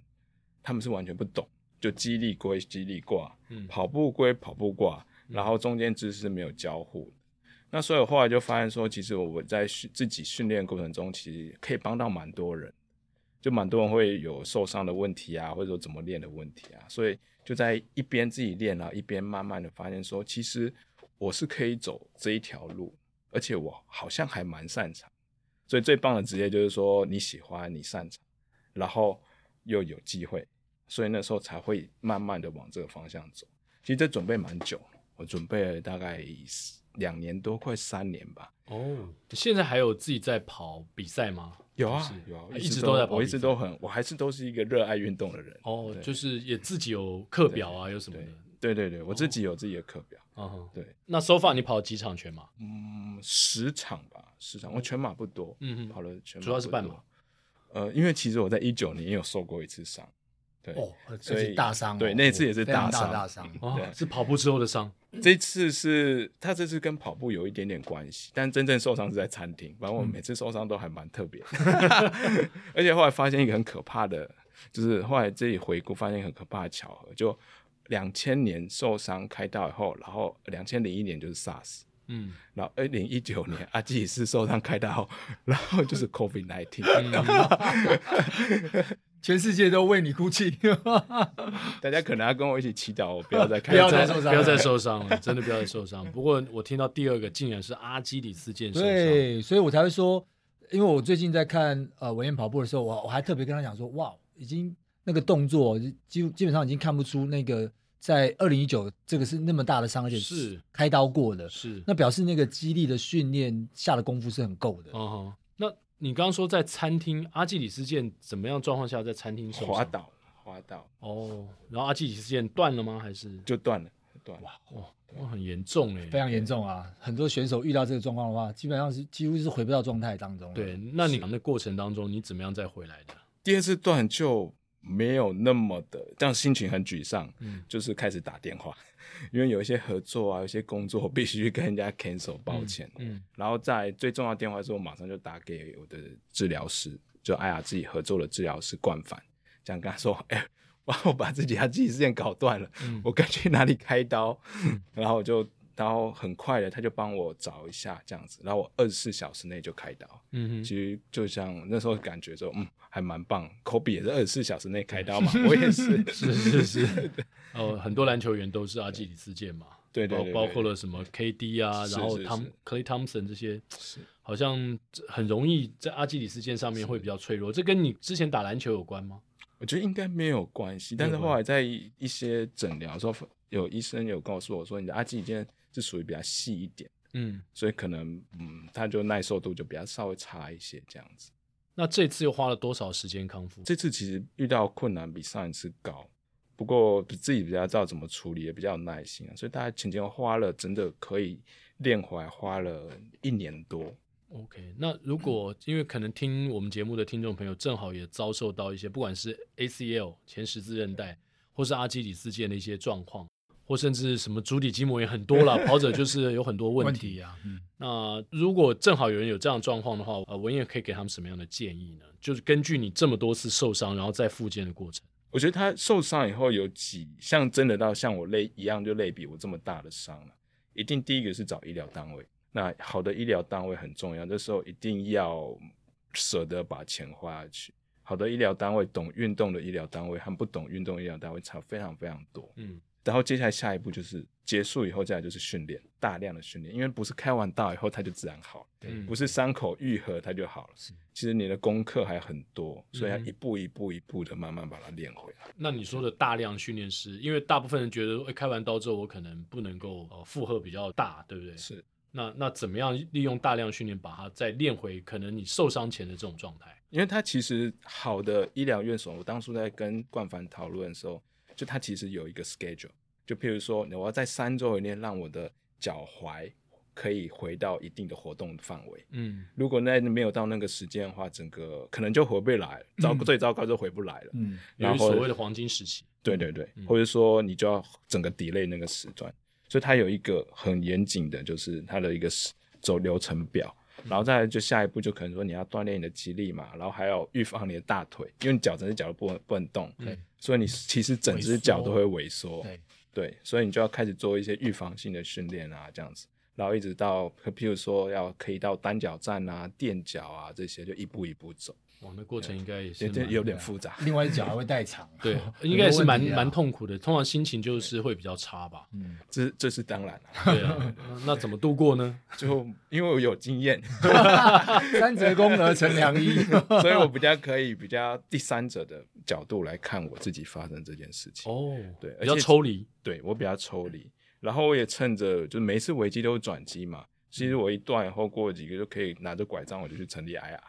Speaker 3: 他们是完全不懂，就肌力归肌力挂，
Speaker 1: 嗯
Speaker 3: 跑步归跑步挂，然后中间知识没有交互的。那所以我后来就发现说，其实我在训自己训练过程中，其实可以帮到蛮多人，就蛮多人会有受伤的问题啊，或者说怎么练的问题啊，所以就在一边自己练然后一边慢慢的发现说，其实我是可以走这一条路，而且我好像还蛮擅长。所以最棒的职业就是说你喜欢，你擅长，然后又有机会，所以那时候才会慢慢的往这个方向走。其实这准备蛮久，我准备了大概两年多，快三年吧。
Speaker 1: 哦，现在还有自己在跑比赛吗？
Speaker 3: 有
Speaker 1: 就
Speaker 3: 啊
Speaker 1: 是
Speaker 3: 有啊，
Speaker 1: 一直都在跑比赛，
Speaker 3: 我一直都很，我还是都是一个热爱运动的人。
Speaker 1: 哦，
Speaker 3: 对
Speaker 1: 就是也自己有课表啊，有什么的，
Speaker 3: 对对对，我自己有自己的课表。
Speaker 1: 嗯哼。
Speaker 3: 对，
Speaker 1: 那手法你跑几场全马？
Speaker 3: 嗯，十场吧，十场，我全马不多，
Speaker 1: 嗯哼
Speaker 3: 跑了全马
Speaker 1: 主要是
Speaker 3: 不多
Speaker 1: 半马。
Speaker 3: 呃，因为其实我在一九年也有受过一次伤，对，
Speaker 2: 哦，而
Speaker 3: 所以
Speaker 2: 且大伤哦，
Speaker 3: 对，那次也是
Speaker 2: 非常大
Speaker 3: 伤，
Speaker 2: 的大伤。
Speaker 3: 嗯
Speaker 1: 哦
Speaker 3: 对，
Speaker 1: 是跑步之后的伤，
Speaker 3: 这次是他这次跟跑步有一点点关系，但真正受伤是在餐厅。反正我每次受伤都还蛮特别的， 而且后来发现一个很可怕的，就是后来自己回顾发现一个很可怕的巧合，就两千年受伤开刀以后，然后两千零一年就是 SARS，
Speaker 1: 嗯，
Speaker 3: 然后二哎零一九年 阿基里斯受伤开刀 后，然后就是
Speaker 2: 嗯
Speaker 3: COVID nineteen，
Speaker 2: 全世界都为你哭泣，
Speaker 3: 大家可能要跟我一起祈祷，我不要再开
Speaker 2: 不要
Speaker 3: 刀。
Speaker 2: 再受伤 了
Speaker 1: 不要再受伤了，真的不要再受伤。不过我听到第二个竟然是阿基里斯腱受伤，
Speaker 2: 对，所以我才会说，因为我最近在看呃文彦跑步的时候，我我还特别跟他讲说，哇，已经那个动作基基本上已经看不出那个在二零一九这个是那么大的伤，而且
Speaker 1: 是
Speaker 2: 开刀过的，
Speaker 1: 是，
Speaker 2: 那表示那个肌力的训练下的功夫是很够的。
Speaker 1: 哦，那你刚刚说在餐厅，阿基里斯腱怎么样状况下在餐厅受
Speaker 3: 滑
Speaker 1: 伤？
Speaker 3: 倒，滑倒
Speaker 1: 哦，然后阿基里斯腱断了吗？还是
Speaker 3: 就断了，断了。
Speaker 1: 哦，哇很严重哎、
Speaker 2: 非常严重啊！很多选手遇到这个状况的话，基本上是几乎是回不到状态当中。
Speaker 1: 对，，那你那过程当中你怎么样再回来的？
Speaker 3: 第二次段就没有那么的，让心情很沮丧，
Speaker 1: 嗯
Speaker 3: 就是开始打电话， 因为有一些合作啊，有一些工作必须跟人家 cancel，抱歉。
Speaker 1: 嗯
Speaker 3: 然后在最重要的电话之后，马上就打给我的治疗师，就艾雅自己合作的治疗师冠凡，这样跟他说：“哎、哇，我把自己他自己之前搞断了，
Speaker 1: 嗯
Speaker 3: 我该去哪里开刀？” 然后我就，然后很快的他就帮我找一下这样子，然后我二十四小时内就开刀。
Speaker 1: 嗯
Speaker 3: 其实就像那时候感觉说，嗯，还蛮棒。科比也是二十四小时内开刀嘛，我也是，
Speaker 1: 嗯 是是是，哦，很多篮球员都是阿基里斯腱嘛，
Speaker 3: 对对
Speaker 1: 包
Speaker 3: 对
Speaker 1: 包
Speaker 3: 对
Speaker 1: 括了什么 KD 啊，
Speaker 3: 是
Speaker 1: 然后
Speaker 3: 是
Speaker 1: 汤
Speaker 3: 是
Speaker 1: Clay Thompson 这些，好像很容易在阿基里斯腱上面会比较脆弱，这跟你之前打篮球有关吗？
Speaker 3: 我觉得应该没有关系。但是后来在一些诊疗的时候，有医生有告诉我说，你的阿基里腱是属于比较细一点，
Speaker 1: 嗯，
Speaker 3: 所以可能嗯，它就耐受度就比较稍微差一些这样子。
Speaker 1: 那这次又花了多少时间康复？
Speaker 3: 这次其实遇到困难比上一次高，不过自己比较知道怎么处理，也比较有耐心啊。所以大概前前后后花了真的可以练回来，花了一年多。
Speaker 1: OK，那如 果因为可能听我们节目的听众朋友正好也遭受到一些不管是 ACL 前十字韧带，或是阿基里斯腱的一些状况，或甚至什么足底筋膜炎很 多啦，跑者就是有很多问题啊。
Speaker 2: 嗯
Speaker 1: 那如果正好有人有这样的状况的话，呃，文也可以给他们什么样的建议呢？就是根据你这么多次受伤，然后再复健的过程。
Speaker 3: 我觉得他受伤以后有几像真的到像我类一样，就类比我这么大的伤了，一定第一个是找医疗单位。那好的医疗单位很重要，这时候一定要舍得把钱花下去。好的医疗单位，懂运动的医疗单位和不懂运动的医疗单位差非常非常多。
Speaker 1: 嗯
Speaker 3: 然后接下来下一步就是结束以后，再来就是训练，大量的训练，因为不是开完刀以后它就自然好了，
Speaker 1: 嗯
Speaker 3: 不是伤口愈合它就好了。其实你的功课还很多，所以要
Speaker 1: 嗯哼
Speaker 3: 一步一步一步的慢慢把它练回来。
Speaker 1: 那你说的大量训练是，因为大部分人觉得，哎，开完刀之后我可能不能够呃负荷比较大，对不对？
Speaker 3: 是，
Speaker 1: 那那怎么样利用大量训练把它再练回可能你受伤前的这种状态？
Speaker 3: 因为他其实好的医疗院所，我当初在跟冠凡讨论的时候，就他其实有一个 schedule，就譬如说，我要在三周以内让我的脚踝可以回到一定的活动范围。
Speaker 1: 嗯
Speaker 3: 如果那没有到那个时间的话，整个可能就回不来，糟、最糟糕就回不来了。
Speaker 2: 嗯，
Speaker 1: 有
Speaker 3: 然
Speaker 1: 一
Speaker 3: 后
Speaker 1: 所谓的黄金时期。
Speaker 3: 对对对，
Speaker 1: 嗯
Speaker 3: 或者说你就要整个 delay 那个时段，所以它有一个很严谨的，就是它的一个时走流程表，然后再来就下一步就可能说你要锻炼你的肌力嘛，然后还有预防你的大腿，因为你脚整只脚都不能不能动，
Speaker 1: 对
Speaker 3: 所以你其实整只脚都会萎缩，
Speaker 2: 对，
Speaker 3: 对，所以你就要开始做一些预防性的训练啊，这样子。然后一直到，譬如说要可以到单脚站啊、垫脚啊这些，就一步一步走，
Speaker 1: 哇，那过程应该也是
Speaker 3: 有点
Speaker 1: 蛮
Speaker 3: 有点复杂。
Speaker 2: 另外一脚还会啊代偿，，
Speaker 1: 对 应该是蛮
Speaker 2: 很多问题啊
Speaker 1: 蛮。痛苦的。通常心情就是会比较差吧。
Speaker 2: 嗯，
Speaker 3: 这这是当然了、
Speaker 1: 对 啊，那那怎么度过呢？
Speaker 3: 就因为我有经验，
Speaker 2: 三折肱而成良医。
Speaker 3: 所以我比较可以比较第三者的角度来看我自己发生这件事情。
Speaker 1: 哦，
Speaker 3: 对而
Speaker 1: 比较
Speaker 3: 且
Speaker 1: 抽离。
Speaker 3: 对我比较抽离，然后我也趁着就是每一次危机都有转机嘛。
Speaker 1: 嗯
Speaker 3: 其实我一段以后过几个就可以拿着拐杖我就去成立 IR，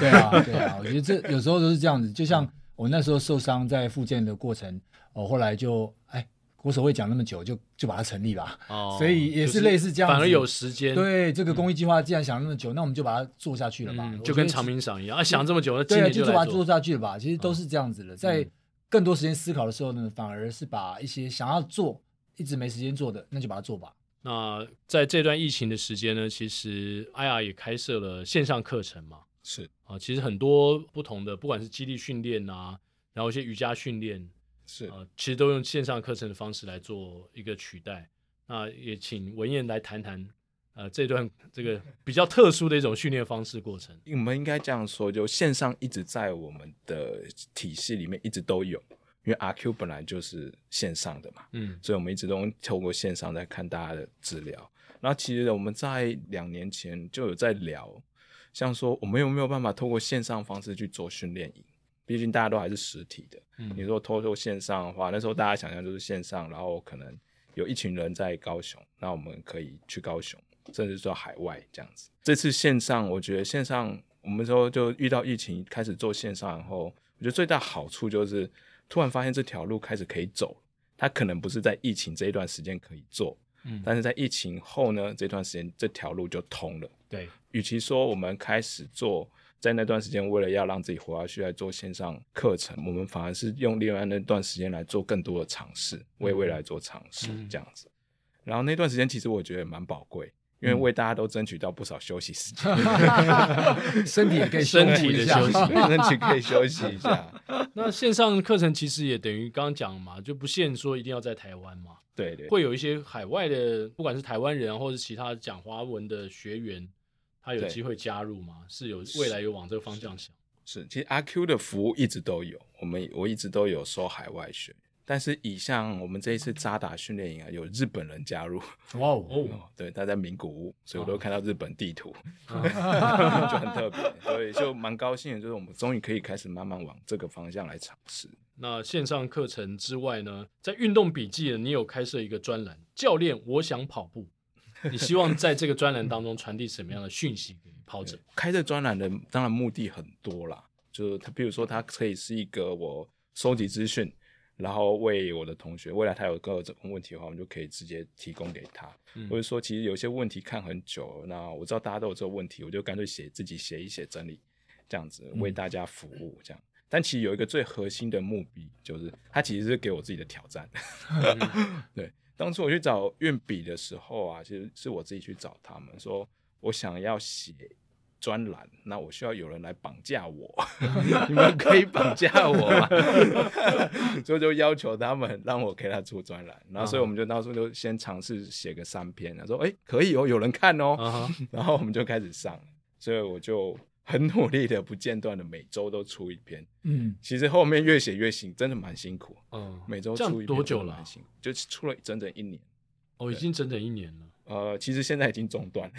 Speaker 2: 对啊，对啊，我觉得这有时候都是这样子。就像我那时候受伤在复健的过程，我后来就哎国手会讲那么久，就就把它成立吧。
Speaker 1: 哦
Speaker 2: 所以也
Speaker 1: 就是
Speaker 2: 类似这样
Speaker 1: 反而
Speaker 2: 子
Speaker 1: 有时间，
Speaker 2: 对，这个公益计划既然想那么久，那我们就把它做下去了吧。
Speaker 1: 嗯，
Speaker 2: 我
Speaker 1: 就
Speaker 2: 觉
Speaker 1: 跟
Speaker 2: 得
Speaker 1: 长鸣赏一样啊，想这么久，那今
Speaker 2: 对啊，
Speaker 1: 年
Speaker 2: 就把
Speaker 1: 来
Speaker 2: 它做下去了吧。其实都是这样子的，在
Speaker 1: 嗯
Speaker 2: 更多时间思考的时候呢，反而是把一些想要做一直没时间做的，那就把它 做吧。
Speaker 1: 那在这段疫情的时间呢，其实 IR 也开设了线上课程嘛，
Speaker 3: 是
Speaker 1: 啊，其实很多不同的，不管是肌力训练啊，然后一些瑜伽训练，
Speaker 3: 是，
Speaker 1: 啊，其实都用线上课程的方式来做一个取代。那也请文燕来谈谈，呃，这段这个比较特殊的一种训练方式过程。
Speaker 3: 我们应该这样说，就线上一直在我们的体系里面一直都有，因为 RQ 本来就是线上的嘛，
Speaker 1: 嗯
Speaker 3: 所以我们一直都透过线上在看大家的资料。然后其实我们在两年前就有在聊，像说我们有没有办法透过线上方式去做训练营？毕竟大家都还是实体的。你
Speaker 1: 嗯
Speaker 3: 说透过线上的话，那时候大家想象就是线上，然后可能有一群人在高雄，那我们可以去高雄，甚至到海外这样子。这次线上，我觉得线上我们说就遇到疫情开始做线上以后，我觉得最大好处就是突然发现这条路开始可以走了，它可能不是在疫情这一段时间可以做，
Speaker 1: 嗯，
Speaker 3: 但是在疫情后呢，这段时间这条路就通了。
Speaker 1: 对，
Speaker 3: 与其说我们开始做，在那段时间为了要让自己活下去来做线上课程，我们反而是用另外那段时间来做更多的尝试，为未来做尝试
Speaker 1: 嗯
Speaker 3: 这样子。然后那段时间其实我觉得也蛮宝贵，因为
Speaker 1: 嗯
Speaker 3: 为大家都争取到不少休息时 间，
Speaker 2: 身体也可以
Speaker 1: 身
Speaker 2: 休
Speaker 1: 体
Speaker 2: 息
Speaker 1: 的
Speaker 2: 一下
Speaker 1: 休 息
Speaker 3: 争取可以休息一下。
Speaker 1: 那线上课程其实也等于刚刚讲嘛，就不限说一定要在台湾嘛，
Speaker 3: 对对，
Speaker 1: 会有一些海外的，不管是台湾人啊或者其他讲华文的学员，他有
Speaker 3: 对
Speaker 1: 机会加入嘛，是有未来有往这个方向想。
Speaker 3: 是，其实阿 Q 的服务一直都有，我们我一直都有收海外学，但是以像我们这一次扎达训练营啊，有日本人加入，
Speaker 2: 哇哦，
Speaker 1: 哦，
Speaker 3: 哦，对，他在名古屋，所以我都看到日本地图，
Speaker 1: 啊
Speaker 3: 就很特别，对，就蛮高兴的，就是我们终于可以开始慢慢往这个方向来尝试。
Speaker 1: 那线上课程之外呢，在运动笔记呢，你有开设一个专栏，教练，我想跑步。你希望在这个专栏当中传递什么样的讯息给跑者？
Speaker 3: 开这专栏的当然目的很多啦，就是他，比如说他可以是一个我收集资讯，然后为我的同学，未来他有个这种问题的话，我们就可以直接提供给他，
Speaker 1: 嗯
Speaker 3: 或者说其实有些问题看很久，那我知道大家都有这个问题，我就干脆写自己写一写整理，这样子为大家服务这样。但其实有一个最核心的目的，就是它其实是给我自己的挑战。对，当初我去找运笔的时候啊，其实是我自己去找他们，说我想要写专栏，那我需要有人来绑架我， 你们可以绑架我吗？ 所以就要求他们让我给他出专栏，然后所以我们就当初就先尝试写个三篇，他说哎、诶可以哦，有人看哦，
Speaker 1: 啊哈，
Speaker 3: 然后我们就开始上了，所以我就很努力的不间断的每周都出一篇，
Speaker 2: 嗯，
Speaker 3: 其实后面越写越辛，真的蛮辛苦。
Speaker 1: 嗯，
Speaker 3: 每周
Speaker 1: 这样
Speaker 3: 出一
Speaker 1: 多
Speaker 3: 篇真
Speaker 1: 久
Speaker 3: 的
Speaker 1: 了
Speaker 3: 蛮
Speaker 1: 啊？
Speaker 3: 辛苦，就出了整整一年。
Speaker 1: 哦，已经整整一年了。
Speaker 3: 呃，其实现在已经中断了。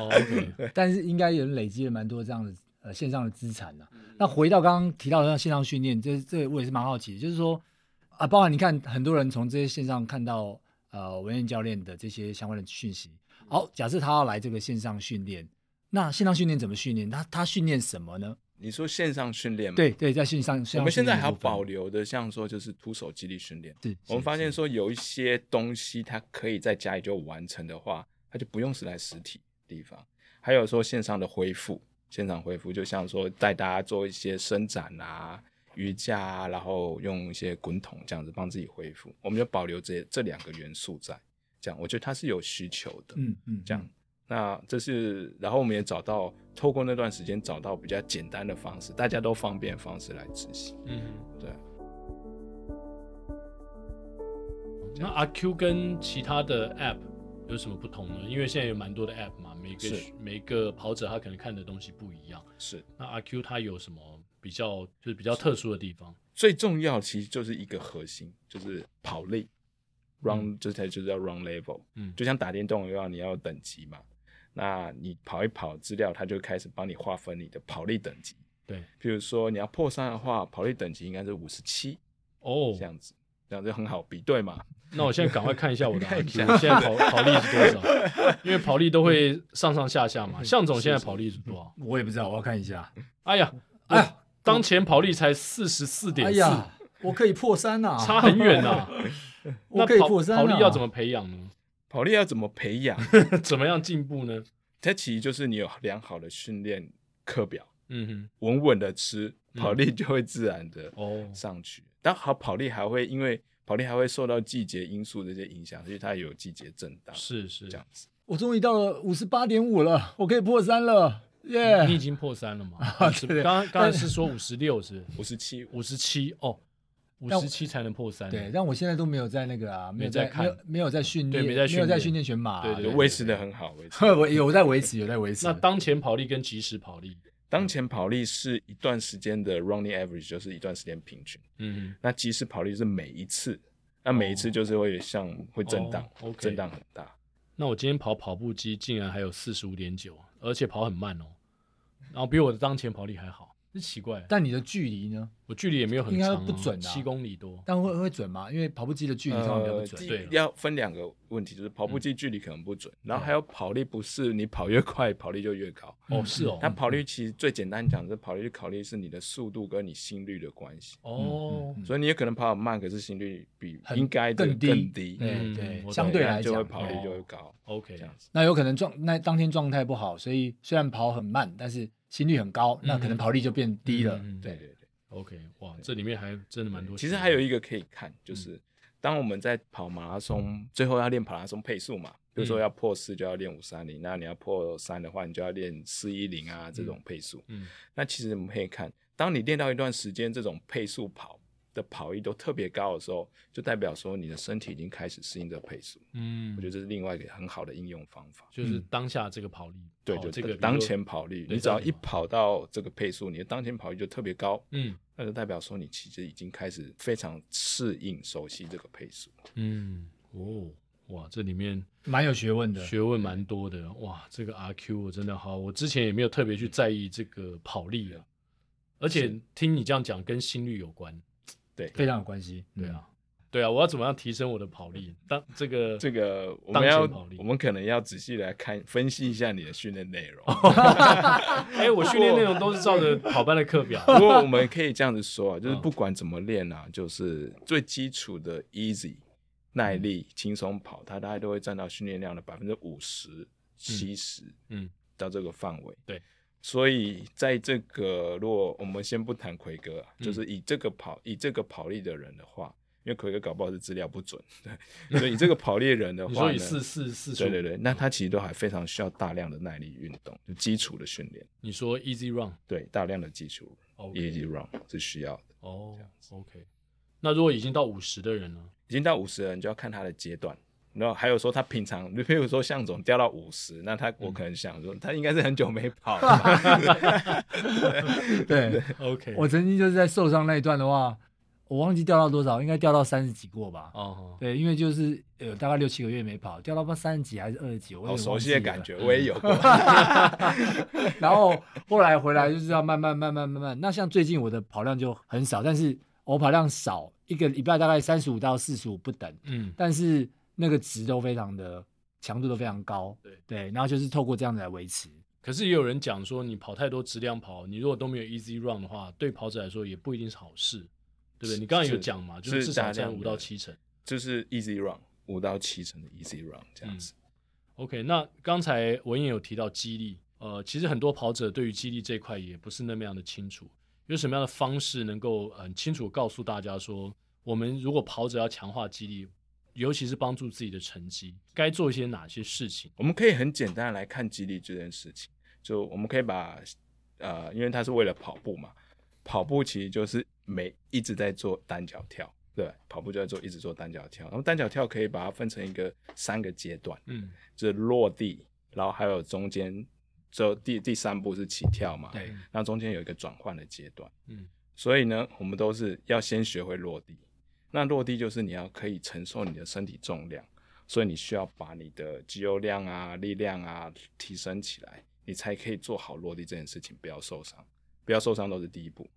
Speaker 1: 哦，OK，
Speaker 2: 但是应该有人累积了蛮多这样的呃线上的资产
Speaker 1: 嗯
Speaker 2: 呐、那回到刚刚提到的那线上训练，这这我也是蛮好奇的，就是说啊，包含你看很多人从这些线上看到呃文彦教练的这些相关的讯息。好，假设他要来这个线上训练，那线上训练怎么训练？他他训练什么呢？
Speaker 3: 你说线上训练吗？
Speaker 2: 对，对，在线上，线上
Speaker 3: 嗯我们现在
Speaker 2: 训练
Speaker 3: 还要
Speaker 2: 的部分
Speaker 3: 保留的，像说就是徒手肌力训练。
Speaker 2: 是，
Speaker 3: 我们
Speaker 2: 是
Speaker 3: 发现
Speaker 2: 是
Speaker 3: 说有一些东西，它可以在家里就完成的话，它就不用是来实体地方。还有说线上的恢复，现场恢复，就像说带大家做一些伸展啊、瑜伽啊，然后用一些滚筒这样子帮自己恢复。我们就保留这这两个元素在，这样我觉得它是有需求的。
Speaker 2: 嗯嗯
Speaker 3: 这样。那这是，然后我们也找到，透过那段时间找到比较简单的方式，大家都方便的方式来执行。
Speaker 1: 嗯，
Speaker 3: 对，
Speaker 1: 那阿 Q 跟其他的 App 有什么不同呢？因为现在有蛮多的 App 嘛，每个
Speaker 3: 是
Speaker 1: 每个跑者他可能看的东西不一样。
Speaker 3: 是
Speaker 1: 那阿 Q 他有什么比较就是比较特殊的地方？
Speaker 3: 最重要，其实就是一个核心，就是跑力，run 就是它就是要 run level，
Speaker 1: 嗯
Speaker 3: 就像打电动一样，你要有等级嘛。那你跑一跑资料，它就开始帮你划分你的跑力等级。
Speaker 1: 对，
Speaker 3: 比如说你要破三的话，跑力等级应该是五十七
Speaker 1: 哦
Speaker 3: 这，样子，这样就很好比对嘛。
Speaker 1: 那我现在赶快看一下 我的
Speaker 3: 看一
Speaker 1: RQ，
Speaker 3: 下
Speaker 1: 我现在跑跑力是多少？因为跑力都会上上下下
Speaker 2: 嗯
Speaker 1: 嘛。向总现在跑力是多少？
Speaker 2: 我也不知道，我要看一下。
Speaker 1: 哎呀，
Speaker 2: 哎
Speaker 1: 哎
Speaker 2: 呀，
Speaker 1: 当前跑力才四十四
Speaker 2: 哎
Speaker 1: 点四，
Speaker 2: 呀，我可以破三呐、啊
Speaker 1: 差很远呐。那
Speaker 2: 我可以
Speaker 1: 跑
Speaker 2: 破三
Speaker 1: 跑
Speaker 2: 啊
Speaker 1: 力要怎么培养呢？
Speaker 3: 跑力要怎么培养？
Speaker 1: 怎么样进步呢？
Speaker 3: 它其实就是你有良好的训练课表，
Speaker 1: 嗯
Speaker 3: 稳稳的吃，
Speaker 1: 嗯
Speaker 3: 跑力就会自然的
Speaker 1: 哼，哦，
Speaker 3: 上去。但好跑力还会因为跑力还会受到季节因素这些影响，所以它有季节震荡。
Speaker 1: 是是
Speaker 3: 这，样子，
Speaker 2: 我终于到了五十八点五了，我可以破三了，耶、
Speaker 1: 你已经破三了 嘛？50
Speaker 2: 哎啊对对哎
Speaker 1: 刚刚刚才是说五十六是
Speaker 3: 五十七
Speaker 1: 五十七哦，五
Speaker 2: 但
Speaker 1: 十七才能破三，
Speaker 2: 对，但我现在都没有在那个啊，没有
Speaker 1: 在
Speaker 2: 在
Speaker 1: 看
Speaker 2: 没有没有在训
Speaker 1: 对
Speaker 2: 练，
Speaker 1: 没在训练
Speaker 2: 有在训练全马啊、
Speaker 1: 对对
Speaker 3: 就维持的很好，维持得很好。
Speaker 2: 我有在维持，有在维持。
Speaker 1: 那当前跑力跟即时跑力，
Speaker 3: 当前跑力是一段时间的 running average，就是一段时间平均。
Speaker 1: 嗯
Speaker 3: 那即时跑力是每一次，那每一次就是会像会震荡
Speaker 1: 哦，OK
Speaker 3: 震荡很大。
Speaker 1: 哼，那我今天跑跑步机竟然还有四十五点九，而且跑很慢哦，然后比我的当前跑力还好，这奇怪，
Speaker 2: 但你的距离呢？
Speaker 1: 我距离也没有很
Speaker 2: 应该
Speaker 1: 长啊，
Speaker 2: 不准啊
Speaker 1: 七公里多，
Speaker 2: 但会会准吗？因为跑步机的距离通常比较不准。
Speaker 3: 呃
Speaker 1: 对
Speaker 3: 要分两个问题，就是跑步机距离可能不准，然后还有跑力不是你跑越快跑力就越高。
Speaker 2: 嗯
Speaker 1: 哦是哦
Speaker 3: 那，跑力其实最简单讲是跑力考虑是你的速度跟你心率的关系，
Speaker 1: 哦，
Speaker 3: 所以你也可能跑很慢，可是心率比
Speaker 2: 嗯很
Speaker 3: 应该的
Speaker 2: 更低
Speaker 3: 更低，
Speaker 2: 对
Speaker 1: 嗯我
Speaker 2: 对，
Speaker 1: 懂
Speaker 2: 相对来
Speaker 3: 那就会
Speaker 2: 讲，
Speaker 3: 跑力
Speaker 1: 哦
Speaker 3: 就会高。
Speaker 1: OK，
Speaker 3: 这样子
Speaker 2: 那有可能状那当天状态不好，所以虽然跑很慢，但是心率很高，那可能跑力就变低了。
Speaker 1: 嗯嗯嗯
Speaker 3: 对
Speaker 2: 对，
Speaker 3: 对对。
Speaker 1: OK，哇，这里面还真的嗯蛮多。
Speaker 3: 其实还有一个可以看，就是当我们在跑马拉松，最后要练马拉松配速嘛，比如
Speaker 1: 嗯
Speaker 3: 说要破四就要练五三零，那你要破三的话，你就要练四一零啊这种配速。
Speaker 1: 嗯
Speaker 3: 那其实我们可以看，当你练到一段时间，这种配速跑的跑意都特别高的时候，就代表说你的身体已经开始适应这个配速。
Speaker 1: 嗯，
Speaker 3: 我
Speaker 1: 我觉
Speaker 3: 觉
Speaker 1: 得
Speaker 3: 得这是另外一个很好的应用方法。嗯
Speaker 1: 就是当下这个跑力，
Speaker 3: 对，
Speaker 1: 跑
Speaker 3: 就
Speaker 1: 这个
Speaker 3: 当，
Speaker 1: 比
Speaker 3: 前
Speaker 1: 如说
Speaker 3: 跑率，
Speaker 1: 对
Speaker 3: 你只要
Speaker 1: 当前
Speaker 3: 一
Speaker 1: 跑
Speaker 3: 跑到这个配速，你的当前跑率就特别高。
Speaker 1: 嗯
Speaker 3: 那就代表说你其实已经开始非常适应、熟悉这个配速。
Speaker 1: 嗯，哦，哇，这里面
Speaker 2: 蛮有学问的。
Speaker 1: 学问蛮多的，哇，这个 RQ 我真的好，我之前也没有特别去在意这个跑力啊，而且听你这样讲跟心率有关，
Speaker 2: 非常有关系，
Speaker 1: 对啊，对啊，我要怎么样提升我的跑力？当这个
Speaker 3: 嗯这个我
Speaker 1: 当
Speaker 3: 们
Speaker 1: 前
Speaker 3: 要
Speaker 1: 跑力，
Speaker 3: 我们可能要仔细来看分析一下你的训练内容。
Speaker 1: 哎，我训练内容都是照着跑班的课表，
Speaker 3: 不过我们可以这样子说啊，就是
Speaker 1: 嗯
Speaker 3: 不管怎么练啊，就是最基础的 easy 耐力、
Speaker 1: 嗯
Speaker 3: 轻松跑，它大概都会占到训练量的百分之五十、七十，
Speaker 1: 嗯
Speaker 3: 到这个范围。
Speaker 1: 对，
Speaker 3: 所以在这个，如果我们先不谈奎哥啊，
Speaker 1: 嗯
Speaker 3: 就是以这个跑以这个跑力的人的话，因为奎哥搞不好是资料不准， 对，所以以这个跑力的人 的
Speaker 1: 你
Speaker 3: 话
Speaker 1: 说
Speaker 3: 呢，
Speaker 1: 以四四四十
Speaker 3: 对
Speaker 1: 五，
Speaker 3: 对对，那他其实都还非常需要大量的耐力运动，就基础的训练，
Speaker 1: 你说 Easy Run，
Speaker 3: 对，大量的基础
Speaker 1: OK
Speaker 3: easy run 是需要的。
Speaker 1: 哦，OK，那如果已经到五十的人呢？
Speaker 3: 已经到五十人就要看他的阶段，然后还有说他平常， 比如说向总掉到五十，那他我可能想说他应该是很久没 跑了，
Speaker 2: 对，
Speaker 1: OK，
Speaker 2: 我曾经就是在受伤那一段的话，我忘记掉到多少，应该掉到三十几过吧。
Speaker 1: 哦，
Speaker 2: 对，因为就是有大概六七个月没跑，掉到不知道三十几还是二十几，我有
Speaker 3: 好
Speaker 2: 点
Speaker 3: 熟
Speaker 2: 忘
Speaker 3: 悉
Speaker 2: 记
Speaker 3: 的
Speaker 2: 了
Speaker 3: 感。觉，我也有 过。
Speaker 2: 然后后来回来就是要慢慢慢慢慢慢。那像最近我的跑量就很少，但是我跑量少，一个礼拜大概三十五到四十五不等，
Speaker 1: 嗯，
Speaker 2: 但是那个值都非常的强度都非常高。
Speaker 1: 对
Speaker 2: 对，然后就是透过这样子来维持。
Speaker 1: 可是也有人讲说，你跑太多质量跑，你如果都没有 easy run 的话，对跑者来说也不一定是好事，对不对？
Speaker 3: 是
Speaker 1: 你刚刚有讲嘛，
Speaker 3: 是
Speaker 1: 就是至少
Speaker 3: 是大
Speaker 1: 占
Speaker 3: 量的
Speaker 1: 五到七成。
Speaker 3: 就是 easy run 五到七成的 easy run 这样子。
Speaker 1: OK，那刚才文彦有提到激励，呃，其实很多跑者对于激励这一块也不是那么样的清楚，有什么样的方式能够很清楚地告诉大家说，我们如果跑者要强化激励，尤其是帮助自己的成绩，该做一些哪些事情？
Speaker 3: 我们可以很简单的来看激励这件事情，就我们可以把呃，因为它是为了跑步嘛，跑步其实就是每一直在做单脚跳，对吧，跑步就在做一直做单脚跳，然后单脚跳可以把它分成一个三个阶段，
Speaker 1: 嗯
Speaker 3: 就是落地，然后还有中间，就第第三步是起跳嘛，
Speaker 2: 对，
Speaker 3: 那中间有一个转换的阶段，
Speaker 1: 嗯
Speaker 3: 所以呢，我们都是要先学会落地。那落地就是你要可以承受你的身体重量，所以你需要把你的肌肉量啊、力量啊提升起来，你才可以做好落地这件事情，不要受伤。不要受伤都是第一步。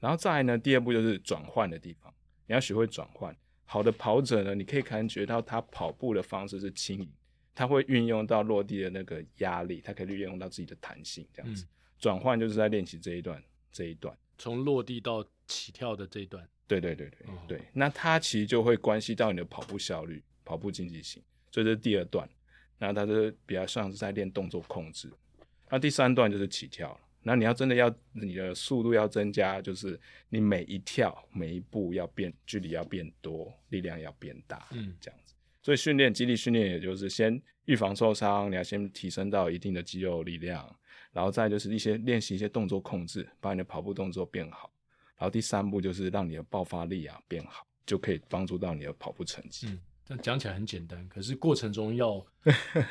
Speaker 3: 然后再来呢，第二步就是转换的地方，你要学会转换。好的跑者呢，你可以感觉到他跑步的方式是轻盈，他会运用到落地的那个压力，他可以运用到自己的弹性，这样子。转换就是在练习这一段这一段，
Speaker 1: 从落地到起跳的这一段，
Speaker 3: 对对对对、
Speaker 1: 哦
Speaker 3: 对，那它其实就会关系到你的跑步效率、跑步经济性，所以这是第二段。那它就是比较像是在练动作控制。那第三段就是起跳了。那你要真的要你的速度要增加，就是你每一跳每一步要变距离要变多，力量要变大，
Speaker 1: 嗯
Speaker 3: 这样子。所以训练肌力训练，也就是先预防受伤，你要先提升到一定的肌肉力量，然后再就是一些练习一些动作控制，把你的跑步动作变好。然后第三步就是让你的爆发力啊变好，就可以帮助到你的跑步成绩。
Speaker 1: 嗯，但讲起来很简单，可是过程中 要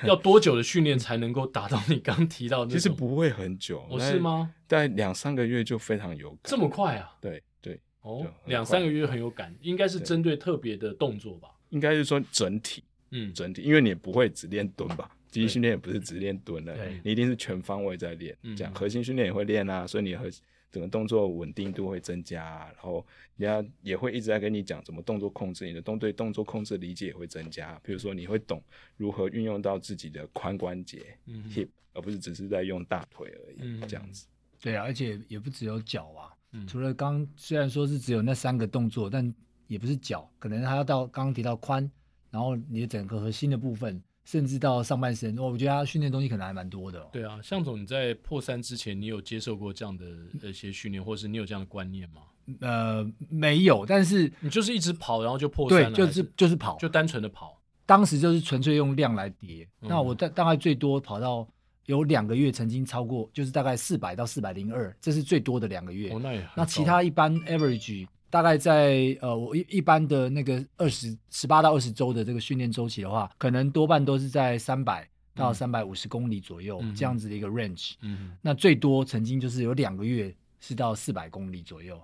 Speaker 1: 要多久的训练才能够达到你刚提到的那
Speaker 3: 其实
Speaker 1: 种
Speaker 3: 不会很久，
Speaker 1: 哦是吗？
Speaker 3: 在两三个月就非常有感，
Speaker 1: 这么？快啊？
Speaker 3: 对对，
Speaker 1: 哦
Speaker 3: 就很，
Speaker 1: 两
Speaker 3: 快
Speaker 1: 三个月很有感，应该是针对特别的动作吧？
Speaker 3: 应该是说整体
Speaker 1: 嗯，
Speaker 3: 整体，因为你也不会只练蹲吧？肌力训练也不是只练蹲的
Speaker 1: 对，
Speaker 3: 你一定是全方位在练。这样
Speaker 1: 嗯
Speaker 3: 核心训练也会练啊，所以你核整个动作稳定度会增加啊、然后人家也会一直在跟你讲怎么动作控制，你的动对动作控制理解也会增加。啊比如说你会懂如何运用到自己的髋关节、
Speaker 1: 嗯
Speaker 3: hip，而不是只是在用大腿而已，
Speaker 1: 嗯
Speaker 3: 这样子。
Speaker 2: 对啊，而且也不只有脚啊，
Speaker 1: 嗯
Speaker 2: 除了刚虽然说是只有那三个动作，但也不是脚，可能他要到刚刚提到髋，然后你的整个核心的部分，甚至到上半身，我觉得他训练东西可能还蛮多的、哦。
Speaker 1: 对啊，向总，你在破三之前，你有接受过这样的呃一些训练，或是你有这样的观念吗？
Speaker 2: 呃，没有，但是
Speaker 1: 你就是一直跑，然后就破三
Speaker 2: 对，
Speaker 1: 了，
Speaker 2: 就
Speaker 1: 还
Speaker 2: 是就是跑，
Speaker 1: 就单纯的跑，
Speaker 2: 当时就是纯粹用量来叠。
Speaker 1: 嗯
Speaker 2: 那我大大概最多跑到有两个月，曾经超过就是大概四百到四百零二，这是最多的两个月。
Speaker 1: 哦，那也很
Speaker 2: 那其
Speaker 1: 高
Speaker 2: 他一般 average 大概在呃我一一般的那个二十十八到二十周的这个训练周期的话，可能多半都是在三百
Speaker 1: 嗯
Speaker 2: 到三百五十公里左右、
Speaker 1: 嗯哼
Speaker 2: 这样子的一个 range。
Speaker 1: 嗯
Speaker 2: 那最多曾经就是有两个月是到四百公里左右，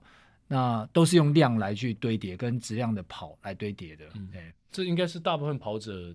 Speaker 2: 那都是用量来去堆叠，跟质量的跑来堆叠的。
Speaker 1: 嗯
Speaker 2: 哎
Speaker 1: 这应该是大部分跑者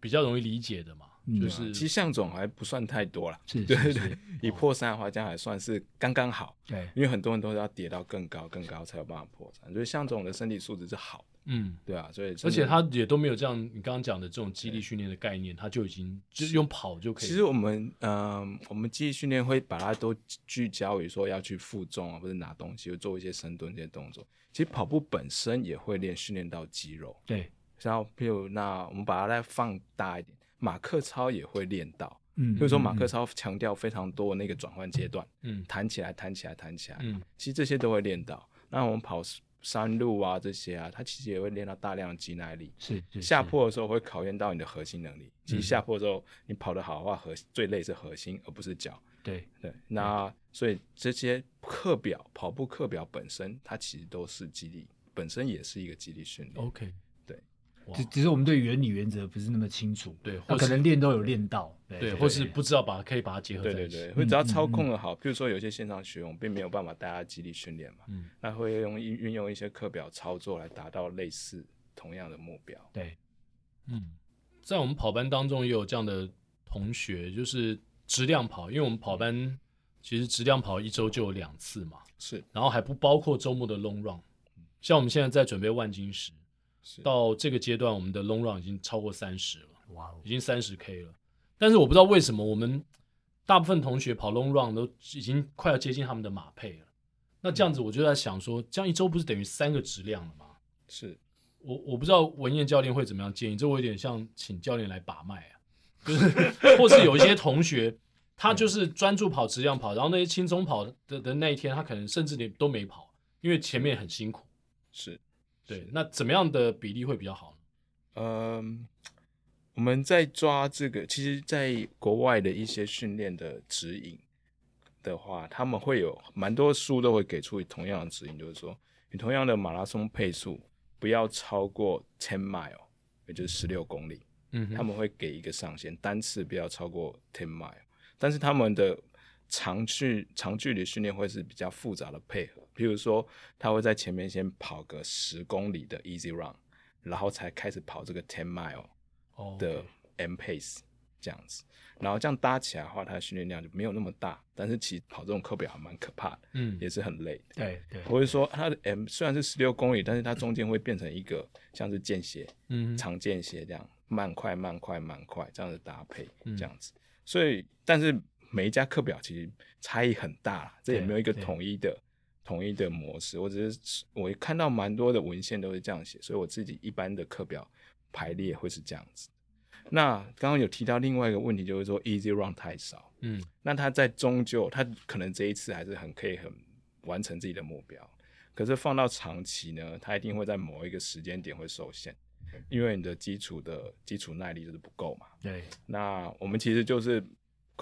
Speaker 1: 比较容易理解的嘛，
Speaker 2: 嗯
Speaker 1: 就
Speaker 3: 对啊
Speaker 1: 是
Speaker 3: 其实向总还不算太多啦，
Speaker 2: 是
Speaker 3: 对
Speaker 2: 是
Speaker 3: 对
Speaker 2: 是，
Speaker 3: 以
Speaker 1: 哦
Speaker 3: 破三的话，这样还算是刚刚好，
Speaker 2: 对，
Speaker 3: 因为很多人都要跌到更高、更高才有办法破三。所以向总的身体素质是好的，
Speaker 1: 嗯，
Speaker 3: 对啊，所以真的
Speaker 1: 而且他也都没有这样你刚刚讲的这种激励训练的概念，他就已经就是用跑就可以。
Speaker 3: 其实我们嗯、我们记忆训练会把它都聚焦于说要去负重啊，或者拿东西，或做一些深蹲这些动作。其实跑步本身也会练训练到肌肉，
Speaker 2: 对，
Speaker 3: 像譬如那我们把它再放大一点，马克操也会练到。
Speaker 2: 嗯，
Speaker 3: 比如说马克
Speaker 2: 嗯，
Speaker 3: 操强调非常多那个转换阶段，
Speaker 1: 嗯
Speaker 3: 弹起来，弹起来，弹起来，
Speaker 1: 嗯
Speaker 3: 其实这些都会练到。那我们跑山路啊这些啊，它其实也会练到大量的肌耐力。
Speaker 2: 嗯是是是
Speaker 3: 下坡的时候会考验到你的核心能力。其实
Speaker 1: 嗯
Speaker 3: 下坡的时候，你跑得好的话，核最累是核心，而不是脚。
Speaker 2: 对，
Speaker 3: 对，那所以这些课表，跑步课表本身，它其实都是肌力，本身也是一个肌力训练。
Speaker 1: OK，
Speaker 3: 对，
Speaker 1: 哇
Speaker 2: 只只是我们对原理原则不是那么清楚，
Speaker 1: 对或
Speaker 2: 那可
Speaker 1: 是
Speaker 2: 能练都有练到，对
Speaker 1: 对，或是不知道把它可以把它结合
Speaker 3: 对
Speaker 1: 在
Speaker 3: 对
Speaker 1: 一起。
Speaker 3: 对，会只要操控的好，比如说有些线上学员我们并没有办法带他肌力训练嘛，
Speaker 1: 嗯
Speaker 3: 那会用运运用一些课表操作来达到类似同样的目标。
Speaker 2: 对，
Speaker 1: 嗯，在我们跑班当中也有这样的同学，就是质量跑，因为我们跑班其实质量跑一周就有两次嘛，
Speaker 3: 是
Speaker 1: 然后还不包括周末的 long run。像我们现在在准备万金石，
Speaker 3: 是，
Speaker 1: 到这个阶段，我们的 long run 已经超过三十了，
Speaker 2: 哇哦
Speaker 1: 已，经三十 K 了。但是我不知道为什么我们大部分同学跑 long run 都已经快要接近他们的马配了。那这样子，我就在想说，这样一周不是等于三个质量了吗？
Speaker 3: 是
Speaker 1: 我我不知道文彦教练会怎么样建议，这我有点像请教练来把脉啊，就是 或是有一些同学他就是专注跑质量跑，然后那些轻松跑的的那一天，他可能甚至连都没跑，因为前面很辛苦。
Speaker 3: 是，
Speaker 1: 对
Speaker 3: 是，
Speaker 1: 那怎么样的比例会比较好呢？
Speaker 3: 嗯，我们在抓这个，其实，在国外的一些训练的指引的话，他们会有蛮多书都会给出同样的指引，就是说，你同样的马拉松配速不要超过 ten mile，也就是十六公里，
Speaker 1: 嗯
Speaker 3: 他们会给一个上限，单次不要超过 ten mile。但是他们的长距长距离训练会是比较复杂的配合，比如说他会在前面先跑个十公里的 easy run，然后才开始跑这个 ten mile
Speaker 1: 哦
Speaker 3: 的 M pace 这样子，然后这样搭起来的话，他的训练量就没有那么大，但是其实跑这种课表还蛮可怕的，
Speaker 1: 嗯
Speaker 3: 也是很累的。
Speaker 2: 对对，
Speaker 3: 我是说，它的 M 虽然是十六公里，但是它中间会变成一个像是间歇，
Speaker 1: 嗯
Speaker 3: 常见些这样慢快慢快慢快这样的搭配，
Speaker 1: 嗯
Speaker 3: 这样子。所以，但是每一家课表其实差异很大啦，这也
Speaker 2: 对
Speaker 3: 没有一个
Speaker 2: 对
Speaker 3: 统一的统一的模式。我只是我看到蛮多的文献都是这样写，所以我自己一般的课表排列会是这样子。那刚刚有提到另外一个问题，就是说 easy run 太少，
Speaker 1: 嗯，
Speaker 3: 那他在终究他可能这一次还是很可以很完成自己的目标，可是放到长期呢，他一定会在某一个时间点会受限，因为你的基础的基础耐力就是不够嘛。
Speaker 2: 对，
Speaker 3: 那我们其实就是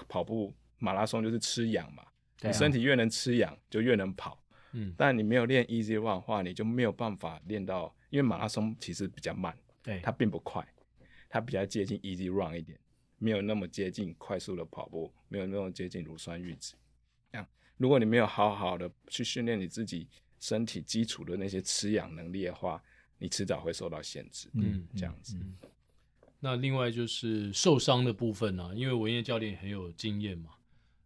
Speaker 3: 跑步马拉松就是吃氧嘛，
Speaker 2: 对啊
Speaker 3: 你身体越能吃氧就越能跑，
Speaker 1: 嗯
Speaker 3: 但你没有练 easy run 的话，你就没有办法练到，因为马拉松其实比较慢，
Speaker 2: 对，
Speaker 3: 它并不快，它比较接近 easy run 一点，没有那么接近快速的跑步，没有那么接近乳酸阈值。这样，如果你没有好好的去训练你自己身体基础的那些吃氧能力的话，你迟早会受到限制。
Speaker 1: 嗯
Speaker 3: 这样子，
Speaker 2: 嗯
Speaker 1: 那另外就是受伤的部分呢、啊因为文业教练很有经验嘛。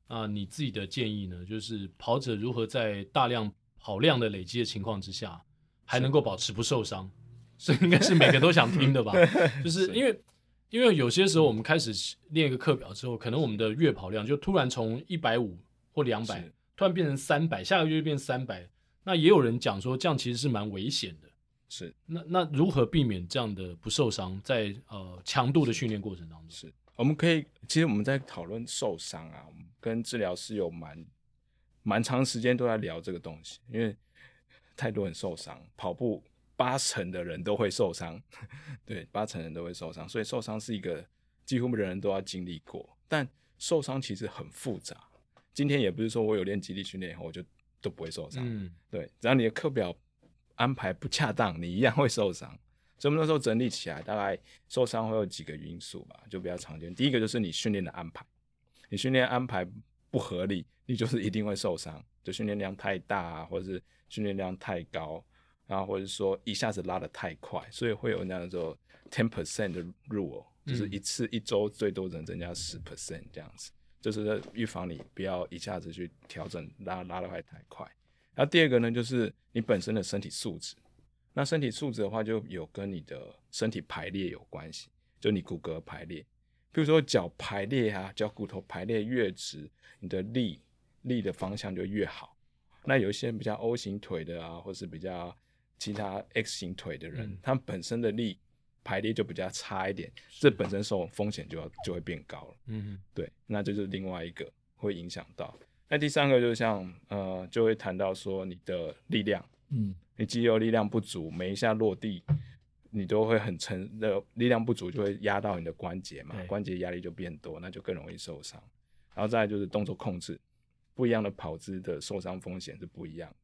Speaker 1: 那你自己的建议呢？就是跑者如何在大量跑量的累积的情况之下，还能够保持不受伤？这应该是每个都想听的吧？就是因为因为有些时候我们开始练一个课表之后，可能我们的月跑量就突然从一百五或两百
Speaker 3: 是
Speaker 1: 突然变成三百，下个月就变三百。那也有人讲说，这样其实是蛮危险的。
Speaker 3: 是
Speaker 1: 那那如何避免这样的不受伤，在呃强度的训练过程当中？
Speaker 3: 是，我们可以，其实我们在讨论受伤啊，我们跟治疗师有蛮蛮长时间都在聊这个东西，因为太多人受伤，跑步八成的人都会受伤， 对，八成人都会受伤，所以受伤是一个几乎人人都要经历过，但受伤其实很复杂。今天也不是说我有练肌力训练以后我就都不会受伤，
Speaker 1: 嗯
Speaker 3: 对，只要你的课表安排不恰当，你一样会受伤。所以我们那时候整理起来，大概受伤会有几个因素吧，就比较常见。第一个就是你训练的安排，你训练安排不合理，你就是一定会受伤，就训练量太大、啊，或者是训练量太高，然后或者是说一下子拉的太快，所以会有那种 ten percent 的 rule，就是
Speaker 1: 嗯
Speaker 3: 一次一周最多只能增加十 percent 这样子，就是预防你不要一下子去调整拉拉的快太快。然后第二个呢，就是你本身的身体素质。那身体素质的话，就有跟你的身体排列有关系，就你骨骼排列。譬如说脚排列啊，脚骨头排列越直，你的力力的方向就越好。那有一些比较 O 型腿的啊，或是比较其他 X 型腿的人，
Speaker 1: 嗯
Speaker 3: 他们本身的力排列就比较差一点，这本身受风险就要就会变高了。
Speaker 1: 嗯
Speaker 3: 对，那这就是另外一个会影响到。那第三个就是像呃，就会谈到说你的力量，
Speaker 2: 嗯，
Speaker 3: 你肌肉力量不足，每一下落地你都会很沉，那力量不足就会压到你的关节嘛
Speaker 2: 对，
Speaker 3: 关节压力就变多，那就更容易受伤。然后再来就是动作控制，不一样的跑姿的受伤风险是不一样的。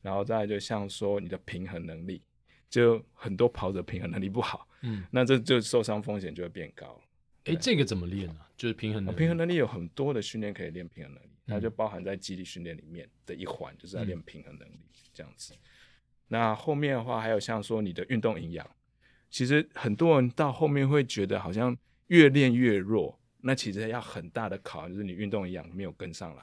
Speaker 3: 然后再来就像说你的平衡能力，就很多跑者平衡能力不好，
Speaker 1: 嗯，
Speaker 3: 那这就受伤风险就会变高了。
Speaker 1: 哎、这个怎么练呢、就是平衡的
Speaker 3: 那呃哦平衡能力有很多的训练可以练平衡能力，它
Speaker 1: 嗯
Speaker 3: 就包含在肌力训练里面的一环，就是要练平衡能力这样子。那后面的话，还有像说你的运动营养，其实很多人到后面会觉得好像越练越弱，那其实要很大的考验就是你运动营养没有跟上来，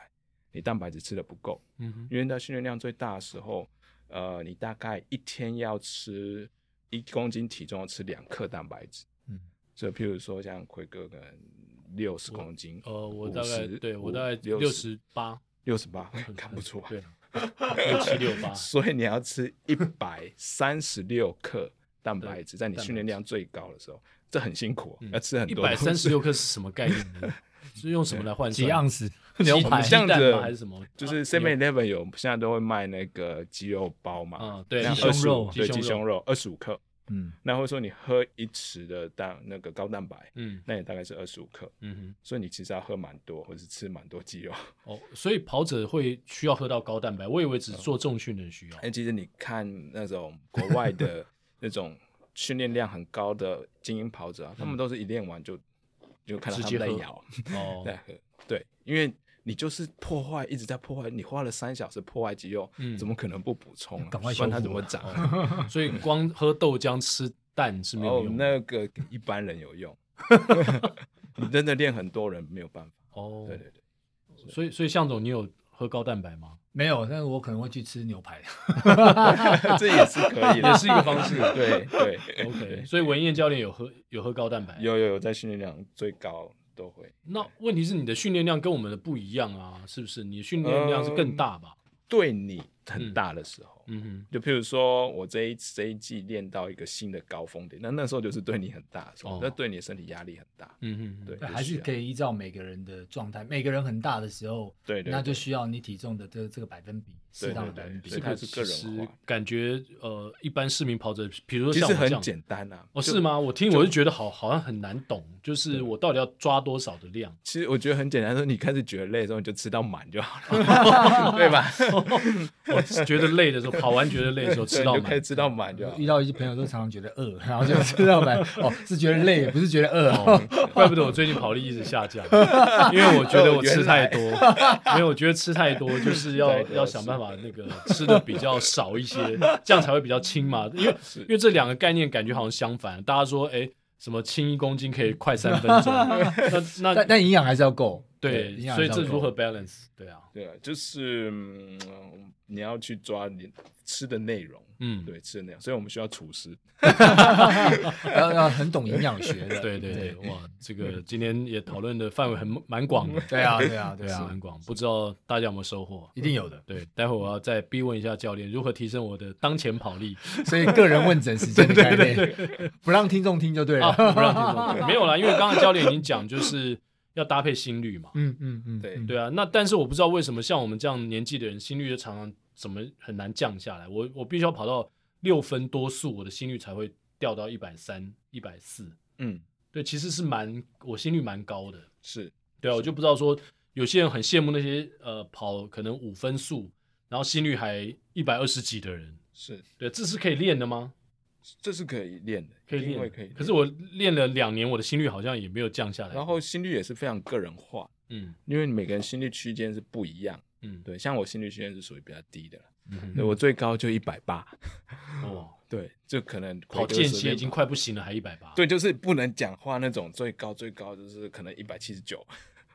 Speaker 3: 你蛋白质吃的不够，
Speaker 1: 嗯哼
Speaker 3: 因为在训练量最大的时候，呃，你大概一天要吃一公斤体重要吃两克蛋白质，
Speaker 2: 嗯，
Speaker 3: 所以譬如说像奎哥可能六十公斤，
Speaker 1: 呃，我大概
Speaker 3: 50
Speaker 1: 对我大概
Speaker 3: 50
Speaker 1: 六十八，
Speaker 3: 六 十八， 看不出来，
Speaker 1: 对，六七六八，
Speaker 3: 所以你要吃一百三十六克蛋白质，在你
Speaker 1: 蛋白
Speaker 3: 训练量最高的时候，这很辛苦哦，要吃 很
Speaker 1: 嗯一
Speaker 3: 多
Speaker 1: 百
Speaker 3: 东西，
Speaker 1: 三十六克是什么概念 呢？是用什么
Speaker 3: 嗯
Speaker 1: 来换
Speaker 2: 几
Speaker 1: 算？
Speaker 2: 盎司
Speaker 1: 鸡
Speaker 2: 牛排
Speaker 1: 鸡
Speaker 3: 这样
Speaker 1: 蛋
Speaker 3: 子
Speaker 1: 吗还是什么？
Speaker 3: 就
Speaker 1: 啊
Speaker 3: 是 Seven Eleven 有现在都会卖那个鸡肉包嘛，
Speaker 1: 嗯对
Speaker 3: 像
Speaker 2: 鸡胸肉
Speaker 3: 25对
Speaker 1: 鸡胸肉
Speaker 3: 鸡胸肉二十五克，
Speaker 2: 嗯，
Speaker 3: 那或者说你喝一匙的蛋那个高蛋白，
Speaker 1: 嗯
Speaker 3: 那也大概是二十五克，
Speaker 1: 嗯哼，
Speaker 3: 所以你其实要喝蛮多，或是吃蛮多鸡肉。
Speaker 1: 哦，所以跑者会需要喝到高蛋白，我以为只做重训的人需要
Speaker 3: 哎、。其实你看那 种国外的那种训练量很高的精英跑者啊，他们都是一练完就就看到他
Speaker 1: 直接
Speaker 3: 们在
Speaker 1: 喝
Speaker 3: 咬，
Speaker 1: 哦，
Speaker 3: 在喝。对，因为你就是破坏，一直在破坏，你花了三小时破坏肌肉，
Speaker 1: 嗯
Speaker 3: 怎么可能不补充啊？哦
Speaker 2: 赶快
Speaker 3: 不然它
Speaker 2: 修
Speaker 3: 怎
Speaker 2: 复
Speaker 3: 么
Speaker 2: 啊
Speaker 3: 长？
Speaker 1: 所以光喝豆浆吃蛋是没有
Speaker 3: 哦，
Speaker 1: 用的。
Speaker 3: 那个给一般人有 用，你真的练很多人没有办法。
Speaker 1: 哦，
Speaker 3: 对对 对，
Speaker 1: 所以，所以向总，你有喝高蛋白 吗？
Speaker 2: 没有，但是我可能会去吃牛排。
Speaker 3: 这 也是可以的，
Speaker 1: 也是一个方式
Speaker 3: 对对
Speaker 1: OK，
Speaker 3: 对
Speaker 1: 所以文燕教练有喝有喝高蛋白。
Speaker 3: 有有有，在训练量最高都会。
Speaker 1: 那问题是你的训练量跟我们的不一样啊，是不是？你的训练量是更大吧？
Speaker 3: 对你很大的时候。
Speaker 1: 嗯
Speaker 3: 就譬如说，我这一这一季练到一个新的高峰点，那那时候就是对你很大的时候
Speaker 1: 哦，
Speaker 3: 那、对你的身体压力很大
Speaker 1: 哼，。嗯哼，
Speaker 3: 对，
Speaker 2: 还是可
Speaker 3: 以。
Speaker 2: 以依照每个人的状态，每个人很大的时候，
Speaker 3: 对对
Speaker 2: 那就
Speaker 3: 对
Speaker 2: 需要你体重的这这个百分比，
Speaker 3: 对
Speaker 2: 适当的
Speaker 3: 对
Speaker 2: 百分比。
Speaker 3: 对
Speaker 1: 这
Speaker 3: 它
Speaker 1: 个
Speaker 3: 是
Speaker 1: 其
Speaker 3: 个人
Speaker 1: 实
Speaker 3: 化
Speaker 1: 感觉呃，一般市民跑者，比如说
Speaker 3: 其
Speaker 1: 像
Speaker 3: 实
Speaker 1: 我这
Speaker 3: 很
Speaker 1: 样，
Speaker 3: 简单啊。
Speaker 1: 哦，？
Speaker 3: 就是
Speaker 1: 吗？我听我就觉得好，好像很难懂，就是我到底要抓多少的量？
Speaker 3: 其实我觉得很简单，说你开始觉得累的时候，你就吃到满就好了，对吧？
Speaker 1: 我觉得累的 时候，跑完觉得累的时候，吃
Speaker 3: 对
Speaker 1: 到
Speaker 3: 你就
Speaker 1: 满嗯
Speaker 3: 开始。吃到满就好
Speaker 2: 遇
Speaker 3: 了。
Speaker 2: 到一些朋友都常常觉得饿，然 后就吃到白哦，是觉得累，不是觉得饿哦。
Speaker 1: 哦 怪不得我最近跑力一直下降，因为我觉得我吃太多， 因为我觉得吃太多就是要
Speaker 3: 对对
Speaker 1: 要想办法那个吃的比较少一些，这样才会比较轻嘛。因为因为这两个概念感觉好像相反，大家说哎什么轻一公斤可以快三分钟，那
Speaker 2: 但
Speaker 1: 那
Speaker 2: 但营养还是要够，
Speaker 1: 啊对，
Speaker 2: 营养
Speaker 1: 所
Speaker 2: 还
Speaker 1: 以
Speaker 2: 是要
Speaker 1: 这如何
Speaker 2: 够
Speaker 1: balance？对啊，
Speaker 3: 对啊，就是、嗯、你要去抓你吃的内容，
Speaker 1: 嗯，
Speaker 3: 对，吃的内容，所以我们需要厨师。
Speaker 2: 要要很懂营养学 的。
Speaker 1: 对对对，哇，这个今天也讨论的范围很蛮广 的，
Speaker 2: 对啊对啊对
Speaker 1: 是
Speaker 2: 啊
Speaker 1: 很，广，不知道大家有没有收获？
Speaker 2: 一定有的。
Speaker 1: 对，待会我要再逼问一下教练，如何提升我的当前跑力
Speaker 2: 所以个人问诊时间的概念，不让听众听就对
Speaker 1: 啊？
Speaker 2: 了。
Speaker 1: 不让听众听没有啦，因为刚刚教练已经讲，就是要搭配心率嘛。
Speaker 2: 嗯嗯嗯，
Speaker 3: 对
Speaker 2: 嗯
Speaker 1: 对啊，那但是我不知道为什么像我们这样年纪的人，心率就常常怎么很难降下来。我我必须要跑到六分多速，我的心率才会掉到一百三、一百四。
Speaker 3: 嗯，
Speaker 1: 对，其实是蛮我心率蛮高的。
Speaker 3: 是
Speaker 1: 对啊，我就不知道说有些人很羡慕那些呃跑可能五分速，然后心率还一百二十几的人，
Speaker 3: 是，
Speaker 1: 对，这是可以练的吗？
Speaker 3: 这是可以练的，
Speaker 1: 可以
Speaker 3: 一定
Speaker 1: 练
Speaker 3: 会
Speaker 1: 的，
Speaker 3: 可以练。
Speaker 1: 是我练了两年，我的心率好像也没有降下来。
Speaker 3: 然后，心率也是非常个人化，
Speaker 1: 嗯
Speaker 3: 因为每个人心率区间是不一样。
Speaker 1: 嗯，
Speaker 3: 对，像我心率区间是属于比较低的啦，
Speaker 1: 嗯
Speaker 3: 对我最高就一百八，
Speaker 1: 哦，
Speaker 3: 对，就可能
Speaker 1: 跑
Speaker 3: 间
Speaker 1: 间歇已经快不行了，还一百八。，
Speaker 3: 对，就是不能讲话那种，最高最高就是可能一百七十九，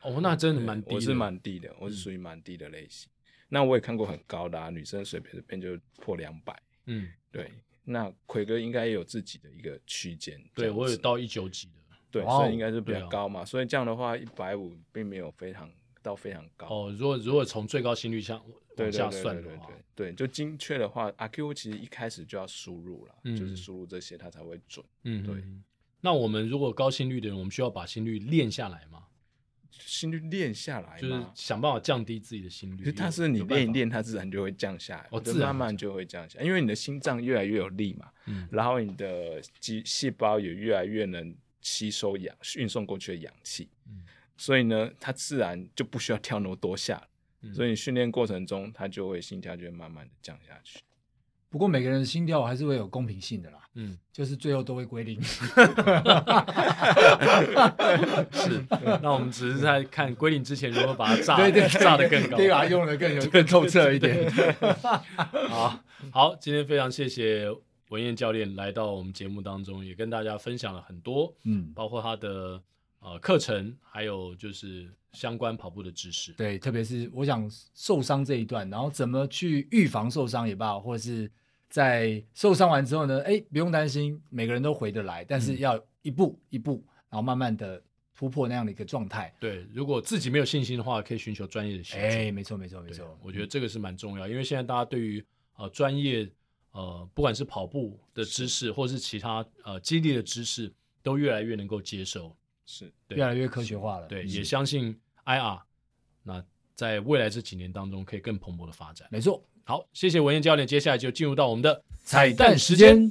Speaker 1: 哦，那真的蛮低的。嗯
Speaker 3: 我是蛮低的，我是属于蛮低的类型。那我也看过很高的啊，女生随便随便就破两百，
Speaker 1: 嗯，
Speaker 3: 对。那奎哥应该也有自己的一个区间，这
Speaker 1: 对
Speaker 3: 样子
Speaker 1: 我有到一九几的。
Speaker 3: 对，
Speaker 2: 哇哦
Speaker 3: 所以应该是比
Speaker 1: 对
Speaker 3: 较
Speaker 1: 啊
Speaker 3: 高嘛，所以这样的话，一百五并没有非常到非常高，
Speaker 1: 哦，如果如果从最高心率向
Speaker 3: 对
Speaker 1: 往
Speaker 3: 对
Speaker 1: 下
Speaker 3: 对
Speaker 1: 算
Speaker 3: 对
Speaker 1: 的
Speaker 3: 对
Speaker 1: 话，
Speaker 3: 对，就精确的话，阿 Q 其实一开始就要输入了，
Speaker 1: 嗯
Speaker 3: 就是输入这些它才会准。
Speaker 1: 嗯，
Speaker 3: 对
Speaker 1: 嗯。那我们如果高心率的人，我们需要把心率练下来吗？
Speaker 3: 心率练下来
Speaker 1: 就是
Speaker 3: 嘛，
Speaker 1: 想办法降低自己的心率。
Speaker 3: 可是它是
Speaker 1: 有
Speaker 3: 你练一，
Speaker 1: 有办
Speaker 3: 练，它自然就会降下来，
Speaker 1: 哦
Speaker 3: 就
Speaker 1: 自然
Speaker 3: 慢
Speaker 1: 会
Speaker 3: 慢就会降下来，因为你的心脏越来越有力嘛，
Speaker 1: 法嗯
Speaker 3: 然后你的肌细胞也越来越能吸收氧运送过去的氧气，
Speaker 1: 嗯
Speaker 3: 所以呢，它自然就不需要跳那么多下了，
Speaker 1: 嗯
Speaker 3: 所以你训练过程中，它就会心跳就会慢慢的降下去。
Speaker 2: 不过每个人的心跳还是会有公平性的啦，
Speaker 1: 嗯，
Speaker 2: 就是最后都会归零。
Speaker 1: 是。 那我们只是在看归零之前如何把它炸
Speaker 2: 对对，
Speaker 1: 炸得更高。
Speaker 2: 对
Speaker 3: 啊
Speaker 2: 吧？用的更有更透彻一点。
Speaker 1: 好好，今天非常谢谢文燕教练来到我们节目当中，也跟大家分享了很多，
Speaker 2: 嗯，
Speaker 1: 包括他的呃课程，还有就是相关跑步的知识。
Speaker 2: 对，特别是我想受伤这一段，然后怎么去预防受伤也罢，或者是在受伤完之后呢，哎，不用担心，每个人都回得来，但
Speaker 1: 嗯
Speaker 2: 是要一步一步，然后慢慢的突破那样的一个状态。
Speaker 1: 对，如果自己没有信心的话，可以寻求专业的协助。
Speaker 2: 哎，没错，没错，没
Speaker 1: 对
Speaker 2: 错，，
Speaker 1: 我觉得这个是蛮重要，因为现在大家对于呃专业呃不管是跑步的知识，或是其他呃激励的知识，都越来越能够接受。
Speaker 3: 是，
Speaker 1: 对
Speaker 2: 越来越科学化了。
Speaker 1: 对，
Speaker 2: 嗯
Speaker 1: 也相信 IR，那在未来这几年当中可以更蓬勃的发展。
Speaker 2: 没错。
Speaker 1: 好，谢谢文燕教练，接下来就进入到我们的
Speaker 2: 彩蛋时
Speaker 1: 时
Speaker 2: 间。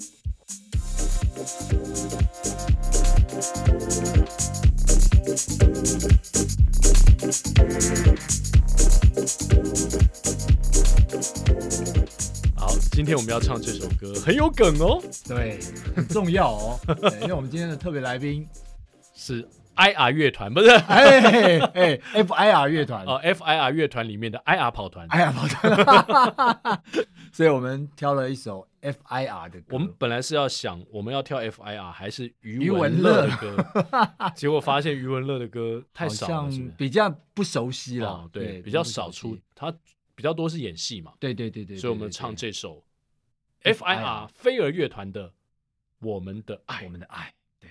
Speaker 1: 好，今天我们要唱这首歌，很有梗哦，
Speaker 2: 对，很重 要哦，对因为我们今天的特别来宾，
Speaker 1: 是 IR 乐团，不是
Speaker 2: 哎哎哎，FIR 乐团，
Speaker 1: 哦 FIR 乐团里面的 IR 跑团。
Speaker 2: 哎呀，跑团， 所以我们挑了一首 FIR 的歌，
Speaker 1: 我们本来是要想我们要跳 FIR 还是余
Speaker 2: 余
Speaker 1: 文
Speaker 2: 文
Speaker 1: 乐的
Speaker 2: 乐
Speaker 1: 歌， 结果发现余文乐的歌太
Speaker 2: 好
Speaker 1: 少了，
Speaker 2: 像
Speaker 1: 是不是
Speaker 2: 比较不熟悉了
Speaker 1: 哦，，对，比
Speaker 2: 比
Speaker 1: 较
Speaker 2: 较
Speaker 1: 少
Speaker 2: 不熟
Speaker 1: 出
Speaker 2: 悉，，
Speaker 1: 他比较多是演戏嘛，
Speaker 2: 对对对对，
Speaker 1: 所以我
Speaker 2: 对
Speaker 1: 们
Speaker 2: 对
Speaker 1: 唱
Speaker 2: 对
Speaker 1: 这首
Speaker 2: FIR
Speaker 1: FIR 飞儿乐团的《我们的爱》。
Speaker 2: 我们的爱，对，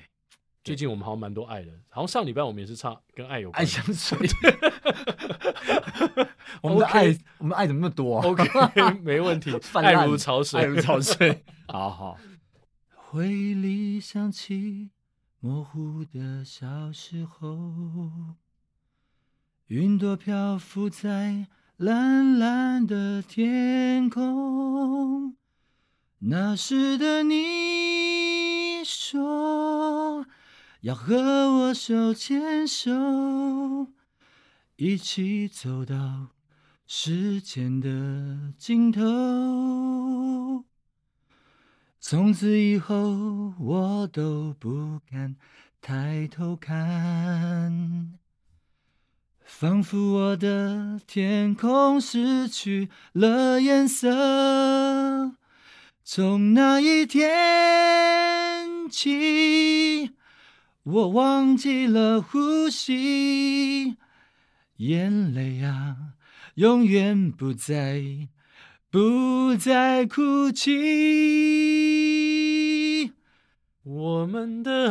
Speaker 1: 最近我们好像蛮多爱的，好像上礼拜我们也是唱跟爱有关
Speaker 4: 爱
Speaker 2: 哎
Speaker 1: 的。
Speaker 4: 香 水。我们的爱，我们的爱怎么那么多啊？
Speaker 1: OK，没问 题。
Speaker 4: 泛滥
Speaker 1: 爱如潮水，
Speaker 4: 爱如潮 水。好好。回忆想起 模糊的小时
Speaker 1: 哦
Speaker 4: 候，云朵漂浮在蓝蓝的天空。那时的你说要和我手牵手，一起走到时间的尽头。从此以后，我都不敢抬头看，仿佛我的天空失去了颜色。从那一天起，我忘记了呼吸，眼泪啊，永远不再，不再哭泣。
Speaker 1: 我们的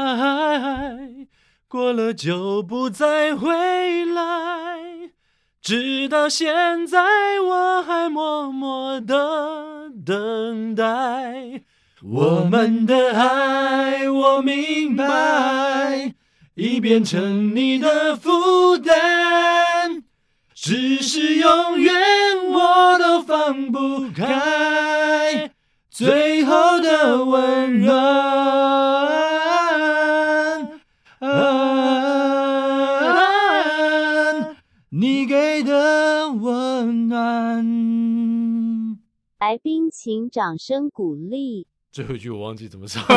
Speaker 1: 爱过了就不再回来，直到现在我还默默的等待。我们的爱，我明白，已变成你的负担，只是永远我都放不开。最后的温柔。
Speaker 4: 你给的温暖。
Speaker 5: 来宾请掌声鼓励。
Speaker 1: 最后一句我忘记怎么唱，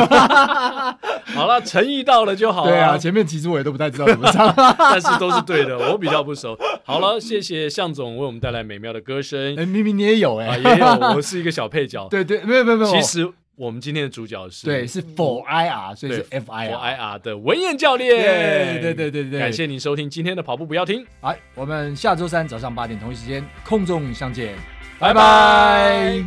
Speaker 1: 好了，诚意到了就好了。
Speaker 4: 对啊，前面其实我也都不太知道 怎么唱。
Speaker 1: 但是都是对的，我比较不熟。好了，谢谢向总为我们带来美妙的歌声
Speaker 4: 哎，明明你也有
Speaker 1: 啊，
Speaker 4: 哎，
Speaker 1: 也有我是一个小配角。
Speaker 4: 对对，没有没有没有，
Speaker 1: 其实我们今天的主角是
Speaker 4: 对是 for I R，所以是
Speaker 1: 对
Speaker 4: F I
Speaker 1: 我
Speaker 4: R。
Speaker 1: IR 的文彦教练。
Speaker 4: 对对对对对
Speaker 1: 感谢您收听今天的跑步不要停，
Speaker 4: 哎，我们下周三早上八点同一时间空中相见，
Speaker 1: 拜
Speaker 4: 拜拜。